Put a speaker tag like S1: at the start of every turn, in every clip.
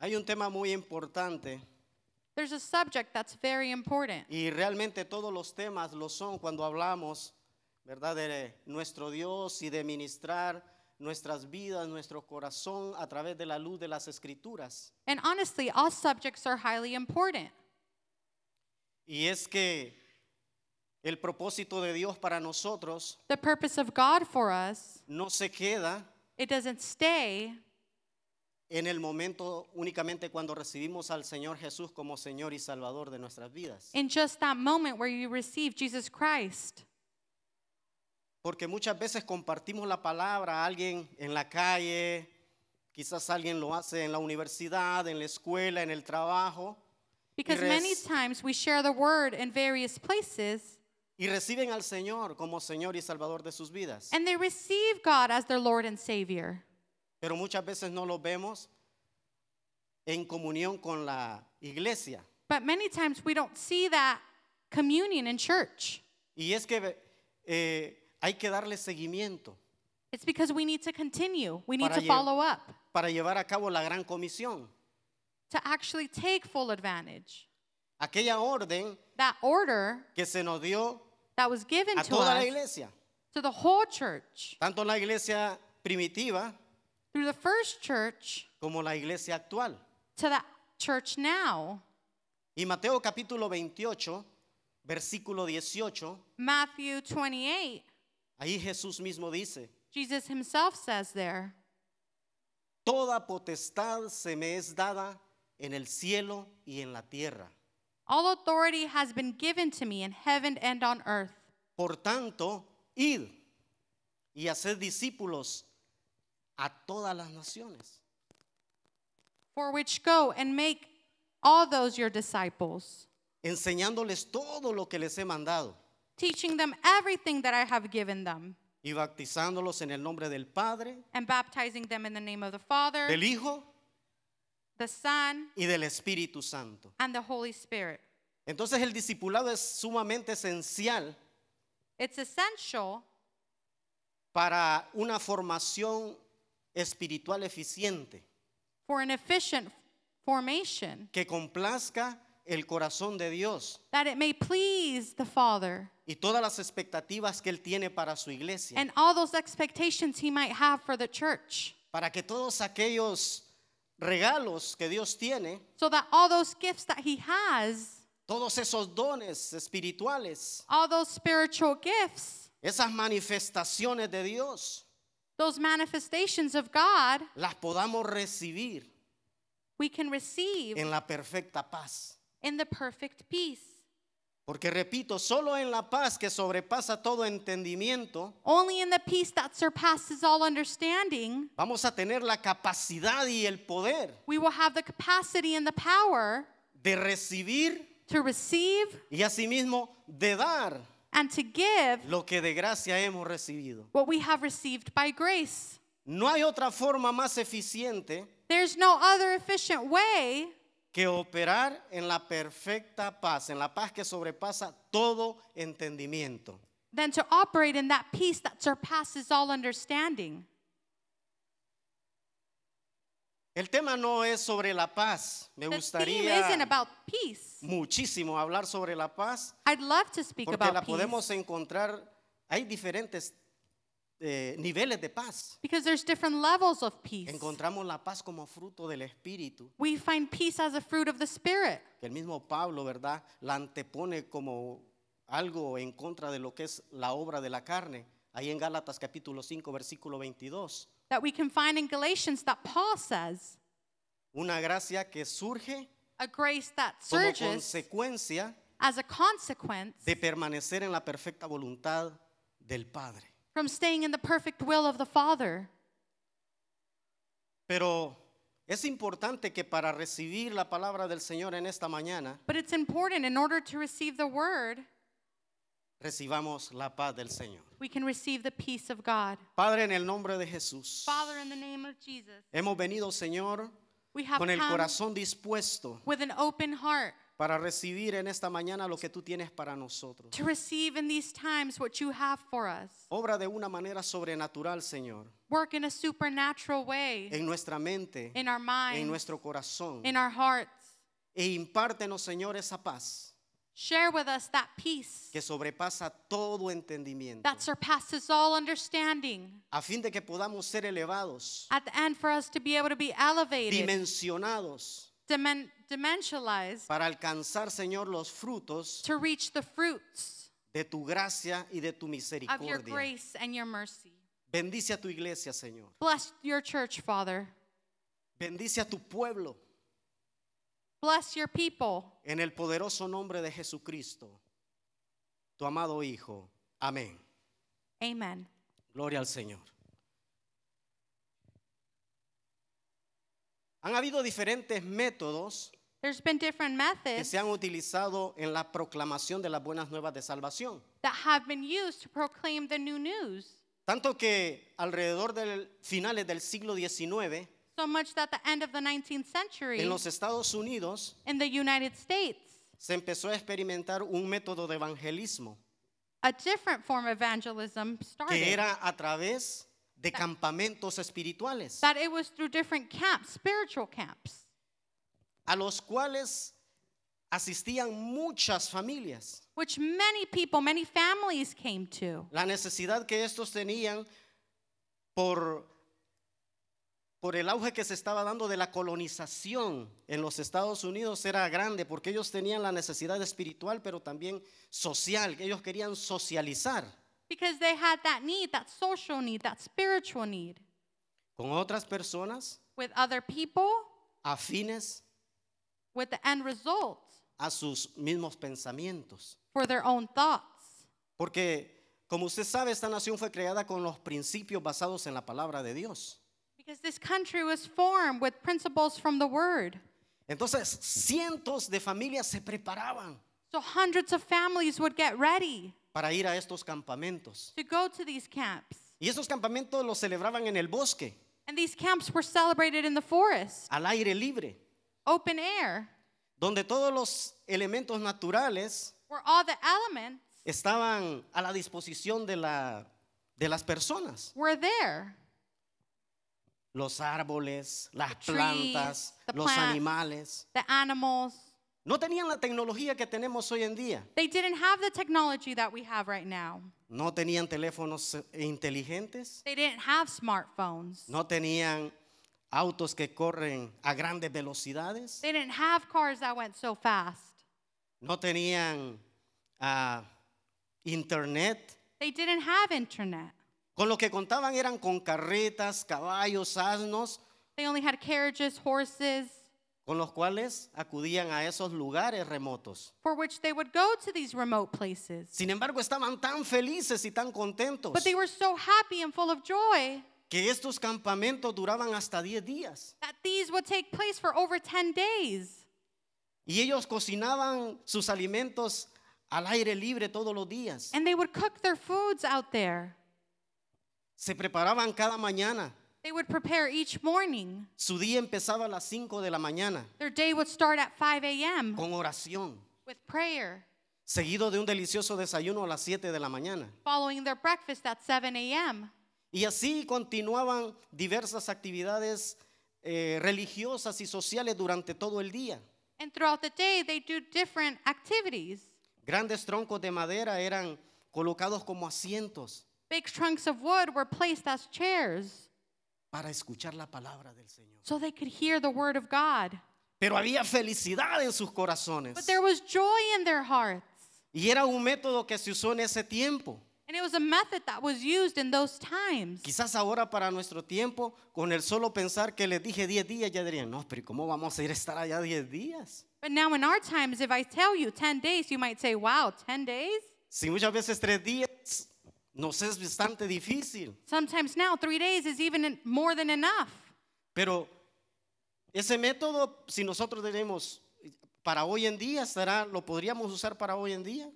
S1: Hay un tema muy importante
S2: There's a subject that's very important.
S1: y realmente todos los temas lo son cuando hablamos, ¿verdad? De nuestro Dios y de ministrar nuestras vidas, nuestro corazón a través de la luz de las escrituras.
S2: And honestly, all subjects are highly important.
S1: Y es que el propósito de Dios para nosotros
S2: The purpose of God for us,
S1: no se queda
S2: it doesn't stay
S1: en el momento únicamente cuando recibimos al Señor Jesús como Señor y Salvador de nuestras vidas.
S2: in just that moment where you receive Jesus Christ.
S1: Porque muchas veces compartimos la palabra a alguien en la calle, quizás alguien lo hace en la universidad, en la escuela, en el trabajo,
S2: Because many
S1: res-
S2: times we share the word in various places
S1: y reciben al Señor como Señor y Salvador de sus vidas.
S2: and they receive God as their Lord and Savior.
S1: Pero muchas veces no lo vemos en comunión con la iglesia.
S2: But many times we don't see that communion in church.
S1: Y es que eh, hay que darle seguimiento
S2: It's because we need to continue, we need
S1: Para
S2: to
S1: lle-
S2: follow up
S1: para llevar a cabo la gran comisión.
S2: to actually take full advantage.
S1: Aquella orden
S2: That order
S1: que se nos dio
S2: that was given
S1: a
S2: to
S1: toda la
S2: us
S1: iglesia,
S2: to the whole church
S1: tanto la iglesia primitiva
S2: through the first church
S1: como la iglesia actual.
S2: to that church now.
S1: Y Mateo capítulo 28, versículo 18,
S2: Matthew 28,
S1: ahí Jesús mismo dice,
S2: Jesus himself says there,
S1: toda potestad se me es dada en el cielo y en la tierra.
S2: All authority has been given to me in heaven and on earth.
S1: Por tanto, id y haced discípulos a todas las naciones.
S2: For which go and make all those your disciples,
S1: enseñándoles todo lo que les he mandado
S2: teaching them everything that I have given them,
S1: y bautizándolos en el nombre del Padre,
S2: and baptizing them in the name of the Father,
S1: del Hijo
S2: the Son,
S1: y del Espíritu Santo.
S2: and the Holy Spirit.
S1: Entonces el discipulado es sumamente esencial
S2: It's essential
S1: para una formación espiritual eficiente
S2: for an efficient formation
S1: que complazca el corazón de Dios
S2: that it may please the Father
S1: y todas las expectativas que Él tiene para su iglesia,
S2: and all those expectations He might have for the church,
S1: para que todos aquellos regalos que Dios tiene,
S2: so that all those gifts that He has,
S1: todos esos dones espirituales,
S2: all those spiritual gifts,
S1: esas manifestaciones de Dios
S2: those manifestations of God
S1: las podamos recibir
S2: we can receive
S1: en la perfecta paz.
S2: in the perfect peace.
S1: Porque repito, solo en la paz que sobrepasa todo entendimiento,
S2: Only in the peace that surpasses all understanding,
S1: vamos a tener la capacidad y el poder
S2: we will have the capacity and the power
S1: de recibir
S2: to receive
S1: y asimismo de dar
S2: and to give
S1: lo que de gracia hemos recibido.
S2: what we have received by grace.
S1: No hay otra forma más eficiente
S2: There's no other efficient way
S1: que operar en la perfecta paz, en la paz que sobrepasa todo entendimiento.
S2: than to operate in that peace that surpasses all understanding.
S1: El tema no es sobre la paz. Me
S2: The theme isn't
S1: gustaría
S2: about peace.
S1: muchísimo hablar sobre la paz
S2: I'd love to speak
S1: porque la
S2: about
S1: podemos
S2: peace
S1: encontrar. Hay diferentes eh, niveles de paz.
S2: because there's different levels of peace.
S1: Encontramos la paz como fruto del Espíritu,
S2: We find peace as a fruit of the Spirit.
S1: que el mismo Pablo, ¿verdad?, la antepone como algo en contra de lo que es la obra de la carne. Ahí en Gálatas capítulo 5, versículo 22.
S2: that we can find in Galatians that Paul says,
S1: Una gracia que surge
S2: a grace that
S1: como
S2: surges
S1: consecuencia
S2: as a consequence
S1: de permanecer en la perfecta voluntad del Padre.
S2: from staying in the perfect will of the Father.
S1: Pero es importante que para recibir la palabra del Señor en esta mañana,
S2: But it's important in order to receive the word,
S1: recibamos la paz del Señor.
S2: we can receive the peace of God.
S1: Padre, en el nombre de Jesús,
S2: Father, in the name of Jesus,
S1: hemos venido, Señor,
S2: we have
S1: con el
S2: come
S1: corazón dispuesto
S2: with an open heart
S1: para recibir en esta mañana lo que tú tienes para nosotros.
S2: to receive in these times what you have for us.
S1: Obra de una manera sobrenatural, Señor,
S2: Work in a supernatural way
S1: en nuestra mente,
S2: in our
S1: en
S2: minds,
S1: nuestro corazón.
S2: in our hearts.
S1: E impártenos, Señor, esa paz
S2: Share with us that peace
S1: que sobrepasa todo entendimiento,
S2: that surpasses all understanding.
S1: a fin de que podamos ser elevados,
S2: At the end, for us to be able to be elevated,
S1: dimensionados,
S2: dimen- dimensionalized,
S1: para alcanzar, Señor, los frutos
S2: to reach the fruits
S1: de tu gracia y de tu
S2: of your
S1: misericordia.
S2: grace and your mercy.
S1: Bendice a tu iglesia, Señor.
S2: Bless your church, Father.
S1: Bendice a tu pueblo
S2: Bless your people.
S1: en el poderoso nombre de Jesucristo, tu amado Hijo. Amén.
S2: Amen.
S1: Gloria al Señor. Han habido diferentes métodos
S2: There's been different
S1: que
S2: methods
S1: se han utilizado en la proclamación de las buenas nuevas de salvación.
S2: that have been used to proclaim the new news.
S1: Tanto que alrededor del finales del siglo XIX,
S2: So much that the end of the 19th century
S1: en los Estados Unidos
S2: in the United States,
S1: se empezó a experimentar un método de evangelismo
S2: a different form of evangelism
S1: que
S2: started.
S1: era a través de campamentos espirituales,
S2: That it was through different camps, spiritual camps,
S1: a los cuales asistían muchas familias.
S2: which many people, many families came to.
S1: La necesidad que estos tenían por, por el auge que se estaba dando de la colonización en los Estados Unidos era grande, porque ellos tenían la necesidad espiritual, pero también social, que ellos querían socializar
S2: Because they had that need, that social need, that spiritual need
S1: con otras personas
S2: with other people,
S1: afines
S2: with the end result
S1: a sus mismos pensamientos.
S2: for their own thoughts.
S1: Porque, como usted sabe, esta nación fue creada con los principios basados en la palabra de Dios.
S2: Because this country was formed with principles from the Word.
S1: Entonces, cientos de familias se preparaban
S2: So hundreds of families would get ready
S1: para ir a estos campamentos.
S2: to go to these camps.
S1: Y esos campamentos los celebraban en el bosque,
S2: And these camps were celebrated in the forest,
S1: al aire libre,
S2: open air,
S1: donde todos los elementos naturales
S2: where all the elements
S1: estaban a la disposición de, la, de las personas.
S2: were there.
S1: Los árboles, las
S2: The trees,
S1: plantas,
S2: the
S1: los
S2: plants.
S1: animales.
S2: The animals,
S1: No tenían la tecnología que tenemos hoy en día.
S2: they didn't have the technology that we have right now.
S1: No tenían teléfonos eh, inteligentes.
S2: They didn't have smartphones.
S1: No tenían autos que corren a grandes velocidades.
S2: They didn't have cars that went so fast.
S1: No tenían ah, internet.
S2: They didn't have internet.
S1: Con lo que contaban eran con carretas, caballos, asnos,
S2: They only had carriages, horses,
S1: con los cuales acudían a esos lugares remotos.
S2: for which they would go to these remote places.
S1: Sin embargo, estaban tan felices y tan contentos
S2: But they were so happy and full of joy
S1: que estos campamentos duraban hasta 10 días.
S2: that these would take place for over 10 days.
S1: Y ellos cocinaban sus alimentos al aire libre todos los días.
S2: And they would cook their foods out there.
S1: Se preparaban cada mañana.
S2: They would prepare each morning.
S1: Su día empezaba a las 5 de la mañana
S2: Their day would start at 5 a.m.
S1: con oración,
S2: with prayer,
S1: seguido de un delicioso desayuno a las 7 de la mañana.
S2: following their breakfast at 7 a.m.
S1: Y así continuaban diversas actividades eh, religiosas y sociales durante todo el día.
S2: And throughout the day, they do different activities.
S1: Grandes troncos de madera eran colocados como asientos
S2: Big trunks of wood were placed as chairs
S1: para escuchar la palabra del Señor.
S2: so they could hear the word of God.
S1: Pero había felicidad en sus corazones.
S2: But there was joy in their hearts.
S1: Y era un método que se usó en ese tiempo.
S2: And it was a method that was used in those times.
S1: Quizás ahora para nuestro tiempo, con el solo pensar que les dije 10 días, ya dirían, no, pero ¿y ¿cómo vamos a ir a estar allá 10 días?
S2: But now in our times, if I tell you 10 days, you might say, wow, 10 days?
S1: Si muchas veces tres días nos es bastante difícil.
S2: Sometimes now, three days is even en- more than enough.
S1: Pero ese método, si nosotros tenemos para hoy en día, estará, lo podríamos usar para hoy en día.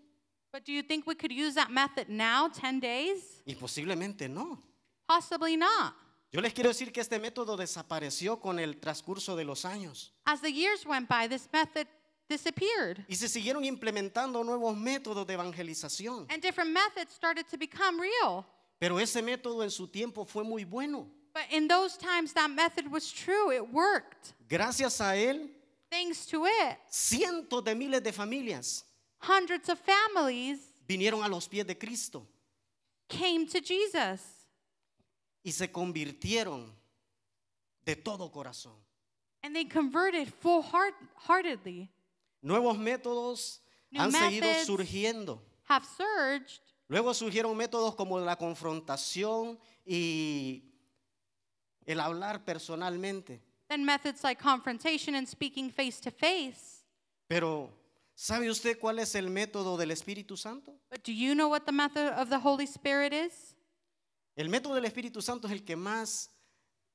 S2: But do you think we could use that method now, 10 days?
S1: Y posiblemente no.
S2: Possibly not.
S1: Yo les quiero decir que este método desapareció con el transcurso de los años.
S2: As the years went by, this method disappeared.
S1: Y se siguieron implementando nuevos métodos de evangelización.
S2: And different methods started to become real.
S1: Pero ese método en su tiempo fue muy bueno.
S2: But in those times, that method was true. It worked.
S1: Gracias a él,
S2: Thanks to it,
S1: cientos de miles de familias
S2: hundreds of families
S1: vinieron a los pies de Cristo
S2: came to Jesus
S1: y se convirtieron de todo corazón.
S2: and they converted full heart- heartedly,
S1: Nuevos métodos
S2: New
S1: han seguido
S2: methods.
S1: surgiendo.
S2: have surged.
S1: Luego surgieron métodos como la confrontación y el hablar personalmente.
S2: Then methods like confrontation and speaking face to face.
S1: Pero, ¿sabe usted cuál es el método del Espíritu Santo?
S2: But do you know what the method of the Holy Spirit is?
S1: El método del Espíritu Santo es el que más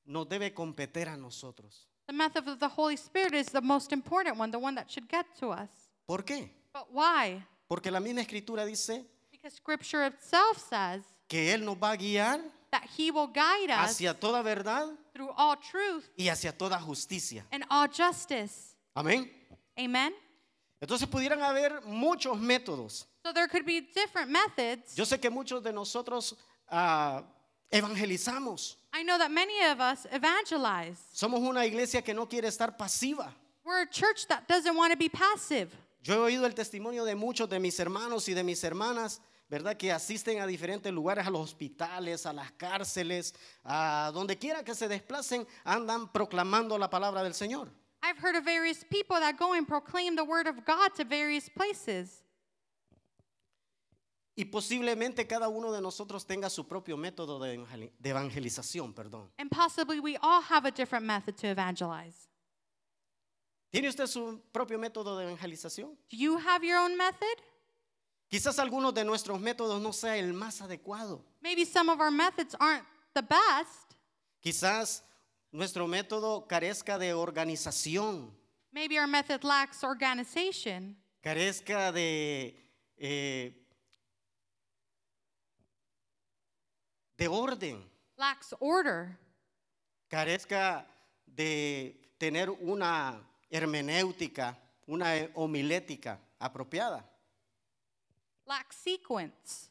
S1: nos debe competir a nosotros.
S2: The method of the Holy Spirit is the most important one, the one that should get to us.
S1: ¿Por qué?
S2: But why?
S1: Porque la misma escritura dice
S2: Because Scripture itself says
S1: que Él nos va a guiar
S2: that He will guide us
S1: hacia toda verdad
S2: through all truth
S1: y hacia toda justicia.
S2: and all justice.
S1: Amén.
S2: Amen?
S1: Entonces pudieran haber muchos métodos.
S2: So there could be different methods.
S1: Yo sé que muchos de nosotros ah, evangelizamos.
S2: I know that many of us evangelize.
S1: Somos una iglesia que no quiere estar pasiva.
S2: We're a church that doesn't want to be passive.
S1: Yo he oído el testimonio de muchos de mis hermanos y de mis hermanas, ¿verdad? Que asisten a diferentes lugares, a los hospitales, a las cárceles, a donde quiera que se desplacen, andan proclamando la palabra del Señor.
S2: I've heard of various people that go and proclaim the word of God to various places.
S1: Y posiblemente cada uno de nosotros tenga su propio método de evangeli- de evangelización, perdón.
S2: And possibly we all have a different method to evangelize.
S1: ¿Tiene usted su propio método de evangelización?
S2: Do you have your own method?
S1: Quizás algunos de nuestros métodos no sea el más adecuado.
S2: Maybe some of our methods aren't the best.
S1: Quizás nuestro método carezca de organización,
S2: Maybe our method lacks organization.
S1: carezca de, eh, de orden,
S2: lacks order,
S1: carezca de tener una hermenéutica, una eh, homilética apropiada.
S2: lacks sequence.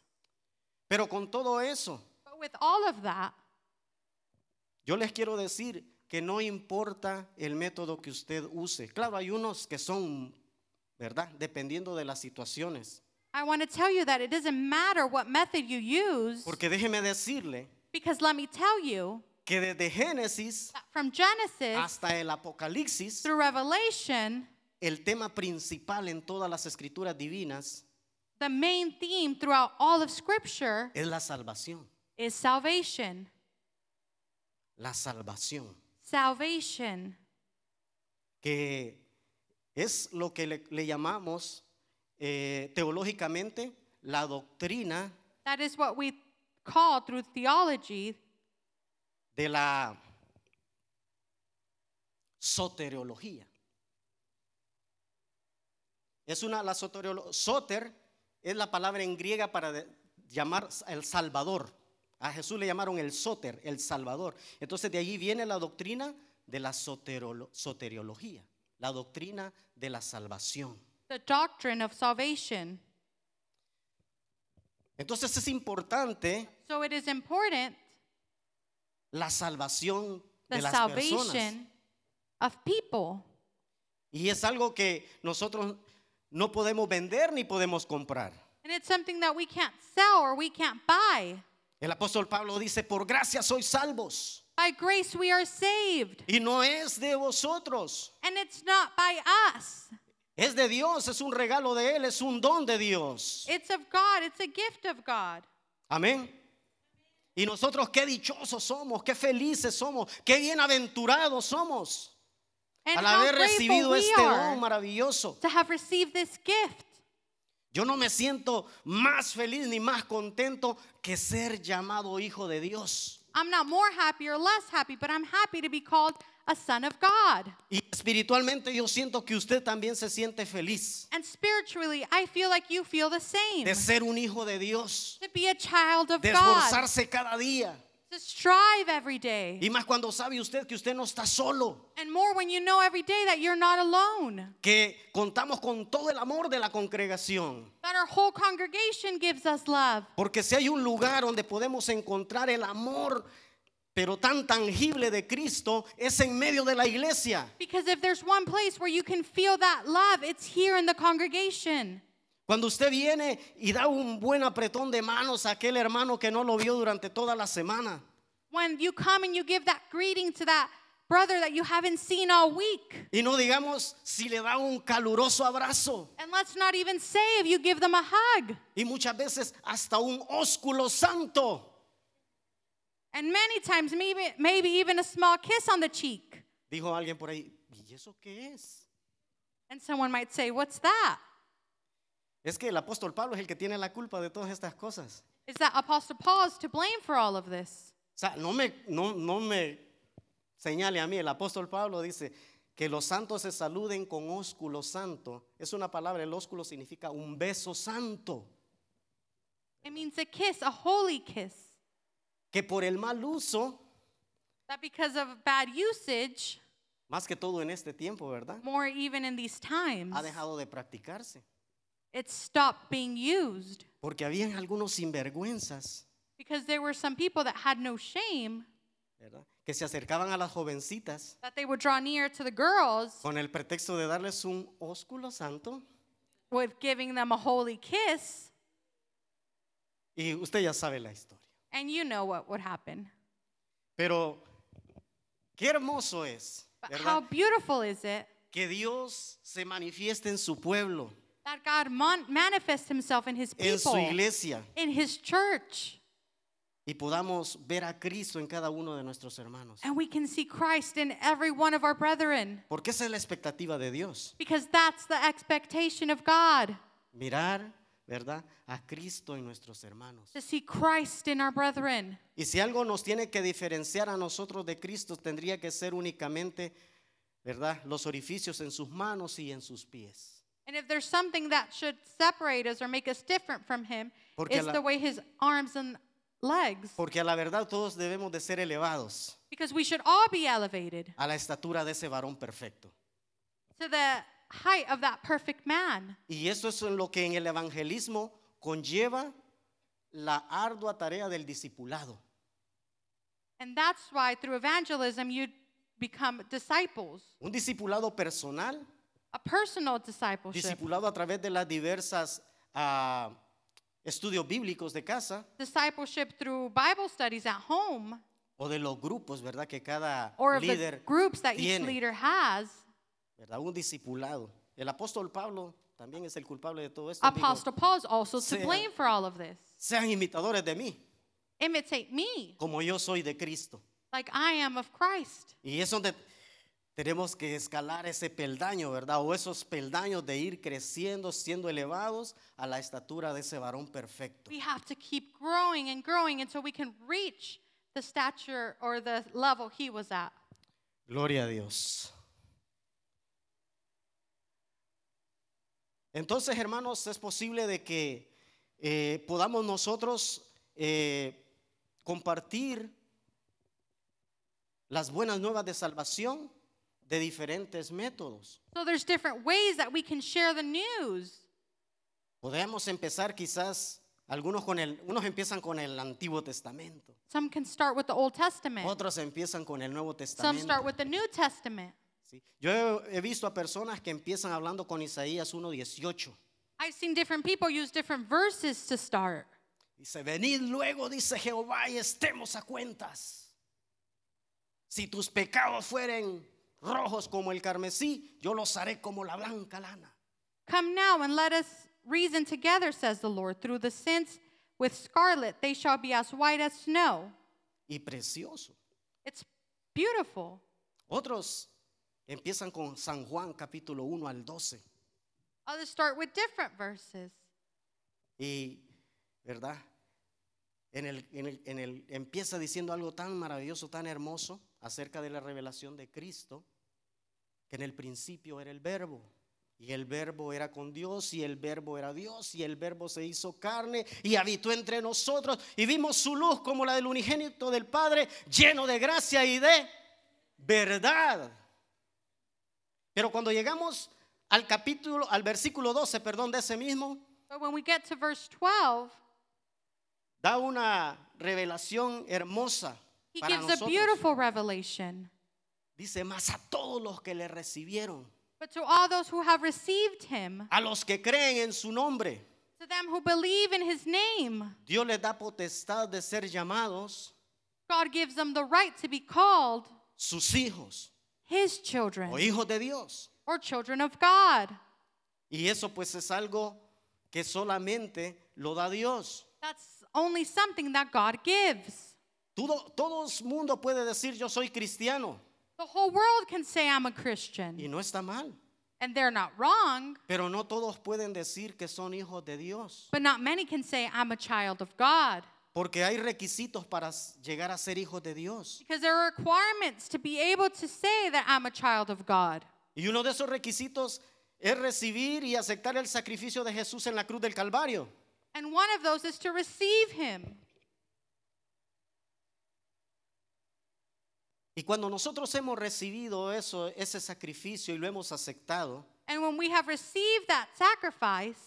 S1: Pero con todo eso,
S2: But with all of that,
S1: yo les quiero decir que no importa el método que usted use. Claro, hay unos que son, ¿verdad? Dependiendo de las situaciones.
S2: I want to tell you that it doesn't matter what method you use,
S1: Porque déjeme decirle
S2: because let me tell you
S1: que desde Génesis
S2: that from Genesis
S1: hasta el Apocalipsis,
S2: through Revelation,
S1: el tema principal en todas las escrituras divinas
S2: the main theme throughout all of Scripture
S1: es la salvación.
S2: is salvation.
S1: La salvación,
S2: Salvation.
S1: que es lo que le, le llamamos eh, teológicamente la doctrina
S2: That is what we call through theology
S1: de la soteriología. Es una, la soteriolo- soter es la palabra en griega para de- llamar el Salvador. A Jesús le llamaron el soter, el Salvador. Entonces de allí viene la doctrina de la soterolo- soteriología, la doctrina de la salvación.
S2: the doctrine of salvation.
S1: Entonces es importante
S2: So it is important
S1: la salvación
S2: the
S1: de las
S2: salvation
S1: personas.
S2: of people.
S1: Y es algo que nosotros no podemos vender ni podemos comprar.
S2: And it's something that we can't sell or we can't buy.
S1: El apóstol Pablo dice, por gracia sois salvos.
S2: By grace we are saved.
S1: Y no es de vosotros,
S2: And it's not by us.
S1: es de Dios, es un regalo de Él, es un don de Dios.
S2: It's of God. It's a gift of God.
S1: Amén. Y nosotros qué dichosos somos, qué felices somos, qué bienaventurados somos
S2: And
S1: al
S2: how
S1: haber
S2: grateful
S1: recibido
S2: we
S1: este don
S2: are
S1: maravilloso.
S2: to have received this gift.
S1: Yo no me siento más feliz ni más contento que ser llamado hijo de Dios.
S2: I'm not more happy or less happy, but I'm happy to be called a son of God.
S1: Y espiritualmente yo siento que usted también se siente feliz
S2: And spiritually, I feel like you feel the same.
S1: de ser un hijo de Dios,
S2: To be a child of
S1: de
S2: God,
S1: esforzarse cada día,
S2: to strive every day.
S1: Y más cuando sabe usted que usted no está solo,
S2: And more when you know every day that you're not alone,
S1: que contamos con todo el amor de la congregación.
S2: that our whole congregation gives us love.
S1: Porque si hay un lugar donde podemos encontrar el amor, pero tan tangible de Cristo, es en medio de la iglesia.
S2: Because if there's one place where you can feel that love, it's here in the congregation.
S1: Cuando usted viene y da un buen apretón de manos a aquel hermano que no lo vio durante toda la semana.
S2: When you come and you give that greeting to that brother that you haven't seen all week.
S1: Y no digamos si le da un caluroso abrazo
S2: And let's not even say if you give them a hug.
S1: y muchas veces hasta un ósculo santo.
S2: And many times, maybe, maybe even a small kiss on the cheek.
S1: Dijo alguien por ahí, ¿y eso qué es?
S2: And someone might say, What's that?
S1: Es que el apóstol Pablo es el que tiene la culpa de todas estas cosas.
S2: Is that Apostle Paul is to blame for all of this?
S1: O sea, no me, no, no me señale a mí, el apóstol Pablo dice que los santos se saluden con ósculo santo. Es una palabra, el ósculo significa un beso santo,
S2: It means a kiss, a holy kiss.
S1: que por el mal uso,
S2: That because of bad usage,
S1: más que todo en este tiempo, ¿verdad?
S2: more even in these times,
S1: Ha dejado de practicarse.
S2: it stopped being used.
S1: Porque habían algunos sinvergüenzas,
S2: Because there were some people that had no shame
S1: ¿verdad? Que se acercaban a las jovencitas
S2: that they would draw near to the girls
S1: con el pretexto de darles un ósculo santo.
S2: with giving them a holy kiss.
S1: Y usted ya sabe la historia.
S2: And you know what would happen.
S1: Pero qué hermoso es,
S2: But how
S1: ¿verdad?
S2: beautiful is it
S1: Que Dios se manifieste en su pueblo,
S2: that God mon- manifests himself in his
S1: en su
S2: people,
S1: iglesia,
S2: in his church,
S1: y podamos ver a Cristo en cada uno de nuestros hermanos.
S2: and we can see Christ in every one of our brethren.
S1: Porque esa es la expectativa de Dios.
S2: Because that's the expectation of God
S1: Mirar, ¿verdad? A Cristo en nuestros hermanos.
S2: to see Christ in our brethren.
S1: Y si algo nos tiene que diferenciar a nosotros de Cristo, tendría que ser únicamente, ¿verdad? Los orificios en sus manos y en sus pies.
S2: And if there's something that should separate us or make us different from him,
S1: Porque
S2: it's
S1: la-
S2: the way his arms and legs.
S1: Porque a la verdad todos debemos de ser elevados
S2: Because we should all be elevated
S1: a la estatura de ese varón perfecto.
S2: to the height of that perfect man.
S1: Y eso es en lo que en el evangelismo conlleva la ardua tarea del discipulado.
S2: And that's why through evangelism you become disciples,
S1: Un discipulado personal,
S2: a personal discipleship,
S1: discipulado a través de las diversas ah, estudios bíblicos de casa
S2: discipleship through Bible studies at home
S1: o de los grupos, ¿verdad? Que cada
S2: or of the
S1: líder
S2: groups that each
S1: tiene.
S2: leader has.
S1: ¿verdad? Un discipulado. El apóstol Pablo también es el culpable de todo esto. dijo,
S2: Apostle Paul is also to
S1: Sean-
S2: blame for all of this.
S1: Sean imitadores de mí,
S2: Imitate me,
S1: como yo soy de Cristo.
S2: like I am of Christ.
S1: Y es donde tenemos que escalar ese peldaño, ¿verdad? O esos peldaños de ir creciendo, siendo elevados a la estatura de ese varón perfecto.
S2: We have to keep growing and growing until we can reach the stature or the level he was at.
S1: Gloria a Dios. Entonces, hermanos, es posible de que eh, podamos nosotros eh, compartir las buenas nuevas de salvación de diferentes métodos.
S2: So there's different ways that we can share the news.
S1: Podemos empezar quizás, algunos con el, unos empiezan con el Antiguo Testamento,
S2: Some can start with the Old Testament.
S1: otros empiezan con el Nuevo
S2: Some
S1: Testamento.
S2: start with the New Testament.
S1: ¿sí? Yo he, he visto a personas que empiezan hablando con Isaías 1.18.
S2: I've seen different people use different verses to start.
S1: Dice, venid luego, dice Jehová, y estemos a cuentas. Si tus pecados fueren rojos como el carmesí, yo los haré como la blanca lana.
S2: Come now and let us reason together, says the Lord. Through the sins with scarlet, they shall be as white as snow.
S1: Y precioso.
S2: It's beautiful.
S1: Otros empiezan con San Juan capítulo 1 al 12.
S2: Others start with different verses.
S1: Y, ¿verdad? En el, en el- en el- empieza diciendo algo tan maravilloso, tan hermoso acerca de la revelación de Cristo, que en el principio era el verbo Y el verbo era con Dios y el verbo era Dios y el verbo se hizo carne y habitó entre nosotros y vimos su luz como la del unigénito del Padre lleno de gracia y de verdad. Pero cuando llegamos al capítulo, al versículo 12, perdón, de ese mismo,
S2: But when we get to verse 12,
S1: da una revelación hermosa
S2: he
S1: para
S2: gives a
S1: nosotros.
S2: beautiful revelation.
S1: Dice, más a todos los que le recibieron,
S2: But to all those who have received him,
S1: a los que creen en su nombre,
S2: to them who believe in his name,
S1: Dios les da potestad de ser llamados
S2: God gives them the right to be called
S1: sus hijos
S2: his children
S1: o hijos de Dios.
S2: or children of God.
S1: Y eso pues es algo que solamente lo da Dios.
S2: That's only something that God gives.
S1: Todo, todo el mundo puede decir yo soy cristiano
S2: The whole world can say, I'm a Christian.
S1: y no está mal,
S2: And they're not wrong,
S1: pero no todos pueden decir que son hijos de Dios,
S2: but not many can say, I'm a child of God.
S1: porque hay requisitos para s- llegar a ser hijos de Dios.
S2: Because there are requirements to be able to say that I'm a child of God.
S1: Y uno de esos requisitos es recibir y aceptar el sacrificio de Jesús en la cruz del Calvario.
S2: And one of those is to receive him.
S1: Y cuando nosotros hemos recibido eso, ese sacrificio y lo hemos aceptado,
S2: And when we have received that sacrifice,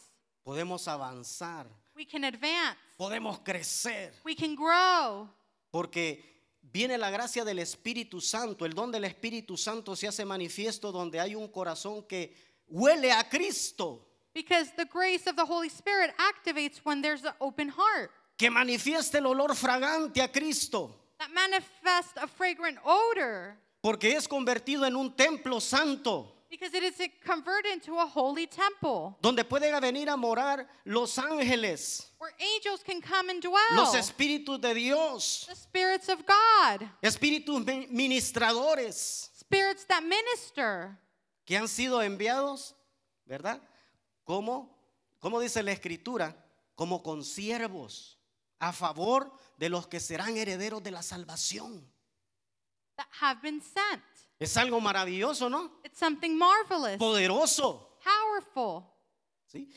S1: podemos avanzar,
S2: we can advance,
S1: podemos crecer.
S2: we can grow,
S1: Porque viene la gracia del Espíritu Santo, el don del Espíritu Santo se hace manifiesto donde hay un corazón que huele a Cristo,
S2: because the grace of the Holy Spirit activates when there's an open heart
S1: que manifiesta el olor fragante a Cristo,
S2: that manifests a fragrant odor
S1: porque es convertido en un templo santo,
S2: because it is converted into a holy temple
S1: donde pueden venir a morar los ángeles,
S2: where angels can come and dwell.
S1: los espíritus de Dios,
S2: The spirits of God,
S1: espíritus mi- ministradores
S2: spirits that minister.
S1: que han sido enviados, ¿verdad? Como, como dice la escritura, como consiervos a favor de los que serán herederos de la salvación.
S2: that have been sent.
S1: Es algo maravilloso, ¿no?
S2: It's something marvelous,
S1: Poderoso.
S2: powerful.
S1: ¿sí?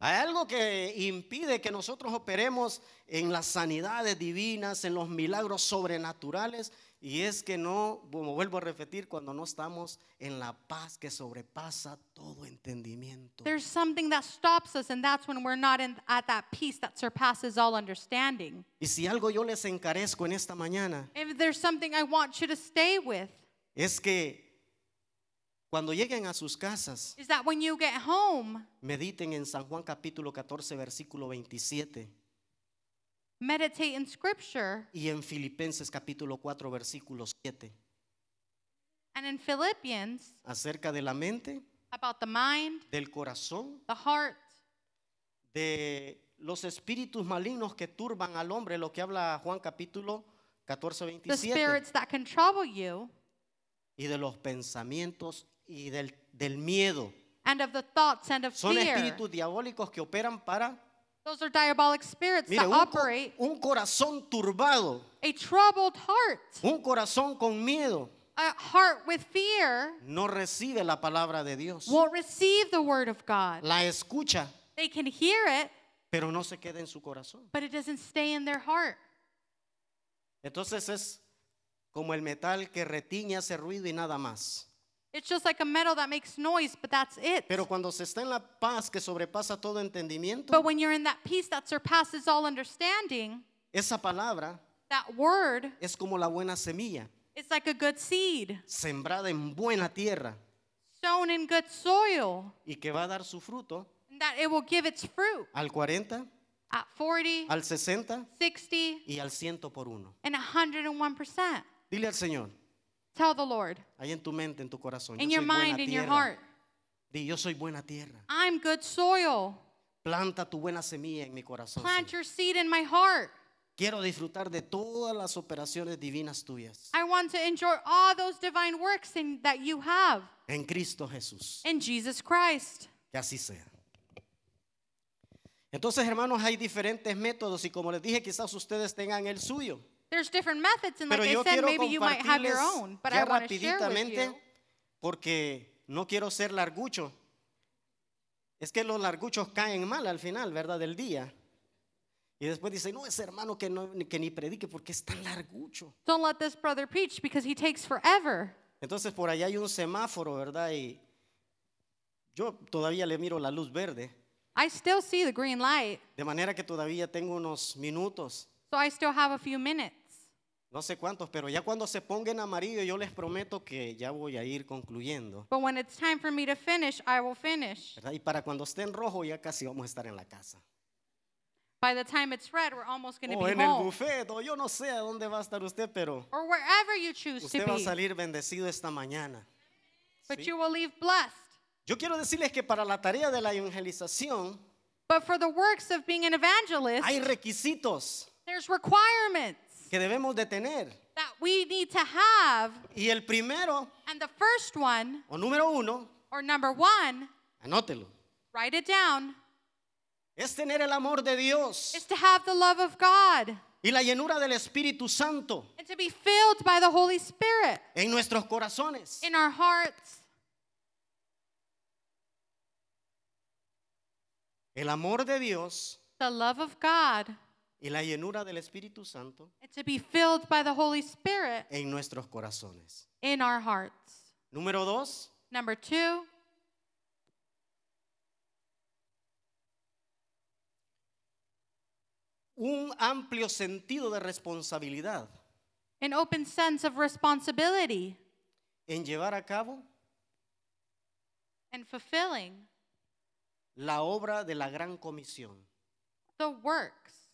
S1: Hay algo que impide que nosotros operemos en las sanidades divinas, en los milagros sobrenaturales, y es que no, como vuelvo a repetir, cuando no estamos en la paz que sobrepasa todo entendimiento.
S2: There's something that stops us, and that's when we're not in, at that peace that surpasses all understanding.
S1: Y si algo yo les encarezco en esta mañana,
S2: If there's something I want you to stay with,
S1: es que cuando lleguen a sus casas,
S2: is that when you get home,
S1: mediten en San Juan capítulo 14, versículo 27
S2: meditate in Scripture
S1: y en Filipenses capítulo 4, versículo 7,
S2: and in Philippians
S1: acerca de la mente,
S2: about the mind,
S1: del corazón,
S2: the heart,
S1: de los espíritus malignos que turban al hombre, lo que habla Juan capítulo 14,
S2: the
S1: 27,
S2: spirits that can trouble you,
S1: y de los pensamientos y del, del miedo.
S2: and of the thoughts and of
S1: Son
S2: fear.
S1: espíritus diabólicos que operan para,
S2: Those are diabolic spirits
S1: mire,
S2: that
S1: un co-
S2: operate
S1: un corazón turbado.
S2: a troubled heart.
S1: Un corazón con miedo
S2: a heart with fear
S1: no recibe la palabra de Dios.
S2: won't receive the word of God.
S1: La escucha,
S2: They can hear it,
S1: pero no se queda en su corazón.
S2: but it doesn't stay in their heart.
S1: Entonces es como el metal que retiñe, hace ruido y nada más.
S2: It's just like a metal that makes noise, but that's it.
S1: Pero cuando se está en la paz que sobrepasa todo entendimiento,
S2: But when you're in that peace that surpasses all understanding,
S1: esa palabra
S2: that word
S1: es como la buena semilla,
S2: is like a good seed
S1: sembrada en buena tierra
S2: sown in good soil,
S1: y que va a dar su fruto
S2: and that it will give its fruit
S1: al 40,
S2: at 40,
S1: al 60
S2: 60,
S1: y al 100 por uno.
S2: and 101%.
S1: Dile al Señor,
S2: Tell the Lord
S1: ahí en tu mente, en tu corazón,
S2: in
S1: yo
S2: your
S1: soy buena
S2: mind, in your
S1: tierra.
S2: heart
S1: Di, yo soy buena tierra.
S2: I'm good soil.
S1: Planta tu buena semilla en mi corazón.
S2: Plant
S1: Señor.
S2: your seed in my heart.
S1: Quiero disfrutar de todas las operaciones divinas tuyas
S2: I want to enjoy all those divine works in, that you have
S1: en Cristo Jesús.
S2: in Jesus Christ.
S1: Que así sea. Entonces, hermanos, hay diferentes métodos y como les dije, quizás ustedes tengan el suyo.
S2: There's different methods, and like
S1: Pero
S2: I
S1: yo
S2: said,
S1: quiero
S2: maybe you might have
S1: compartirles
S2: your own, but I
S1: ya
S2: want to share with you
S1: rapiditamente porque no quiero ser largucho. Es que los larguchos caen mal al final, ¿verdad? Del día. Y después dice, no, ese hermano que, no, que ni predique porque es tan largucho.
S2: Don't let this brother preach because he takes forever.
S1: Entonces por allá hay un semáforo, ¿verdad? Y yo todavía le miro la luz verde.
S2: I still see the green light,
S1: De manera que todavía tengo unos minutos,
S2: so I still have a few minutes.
S1: no sé cuántos, pero ya cuando se ponga en amarillo yo les prometo que ya voy a ir concluyendo.
S2: But when it's time for me to finish, I will finish.
S1: ¿verdad? Y para cuando esté en rojo ya casi vamos a estar en la casa.
S2: By the time it's red, we're almost going to
S1: O
S2: be
S1: Oh, en el
S2: home.
S1: buffet, o yo no sé a dónde va a estar usted, pero
S2: Or wherever you choose to
S1: usted va a
S2: be.
S1: salir bendecido esta mañana.
S2: But
S1: ¿sí?
S2: you will leave blessed.
S1: Yo quiero decirles que para la tarea de la evangelización
S2: But for the works of being an evangelist,
S1: hay requisitos
S2: there's requirements
S1: que debemos de tener.
S2: that we need to have.
S1: Y el primero,
S2: And the first one,
S1: o número uno,
S2: or number one,
S1: anótelo,
S2: write it down,
S1: es tener el amor de
S2: is
S1: Dios
S2: to have the love of God
S1: y la llenura del Espíritu Santo
S2: and to be filled by the Holy Spirit
S1: en nuestros corazones.
S2: in our hearts.
S1: El amor de Dios
S2: The love of God
S1: y la llenura del Espíritu Santo
S2: and to be filled by the Holy Spirit
S1: en nuestros corazones.
S2: in our hearts.
S1: Número dos,
S2: Number two,
S1: un amplio sentido de responsabilidad
S2: an open sense of responsibility
S1: en llevar a cabo
S2: and fulfilling
S1: la obra de la gran comisión.
S2: the works.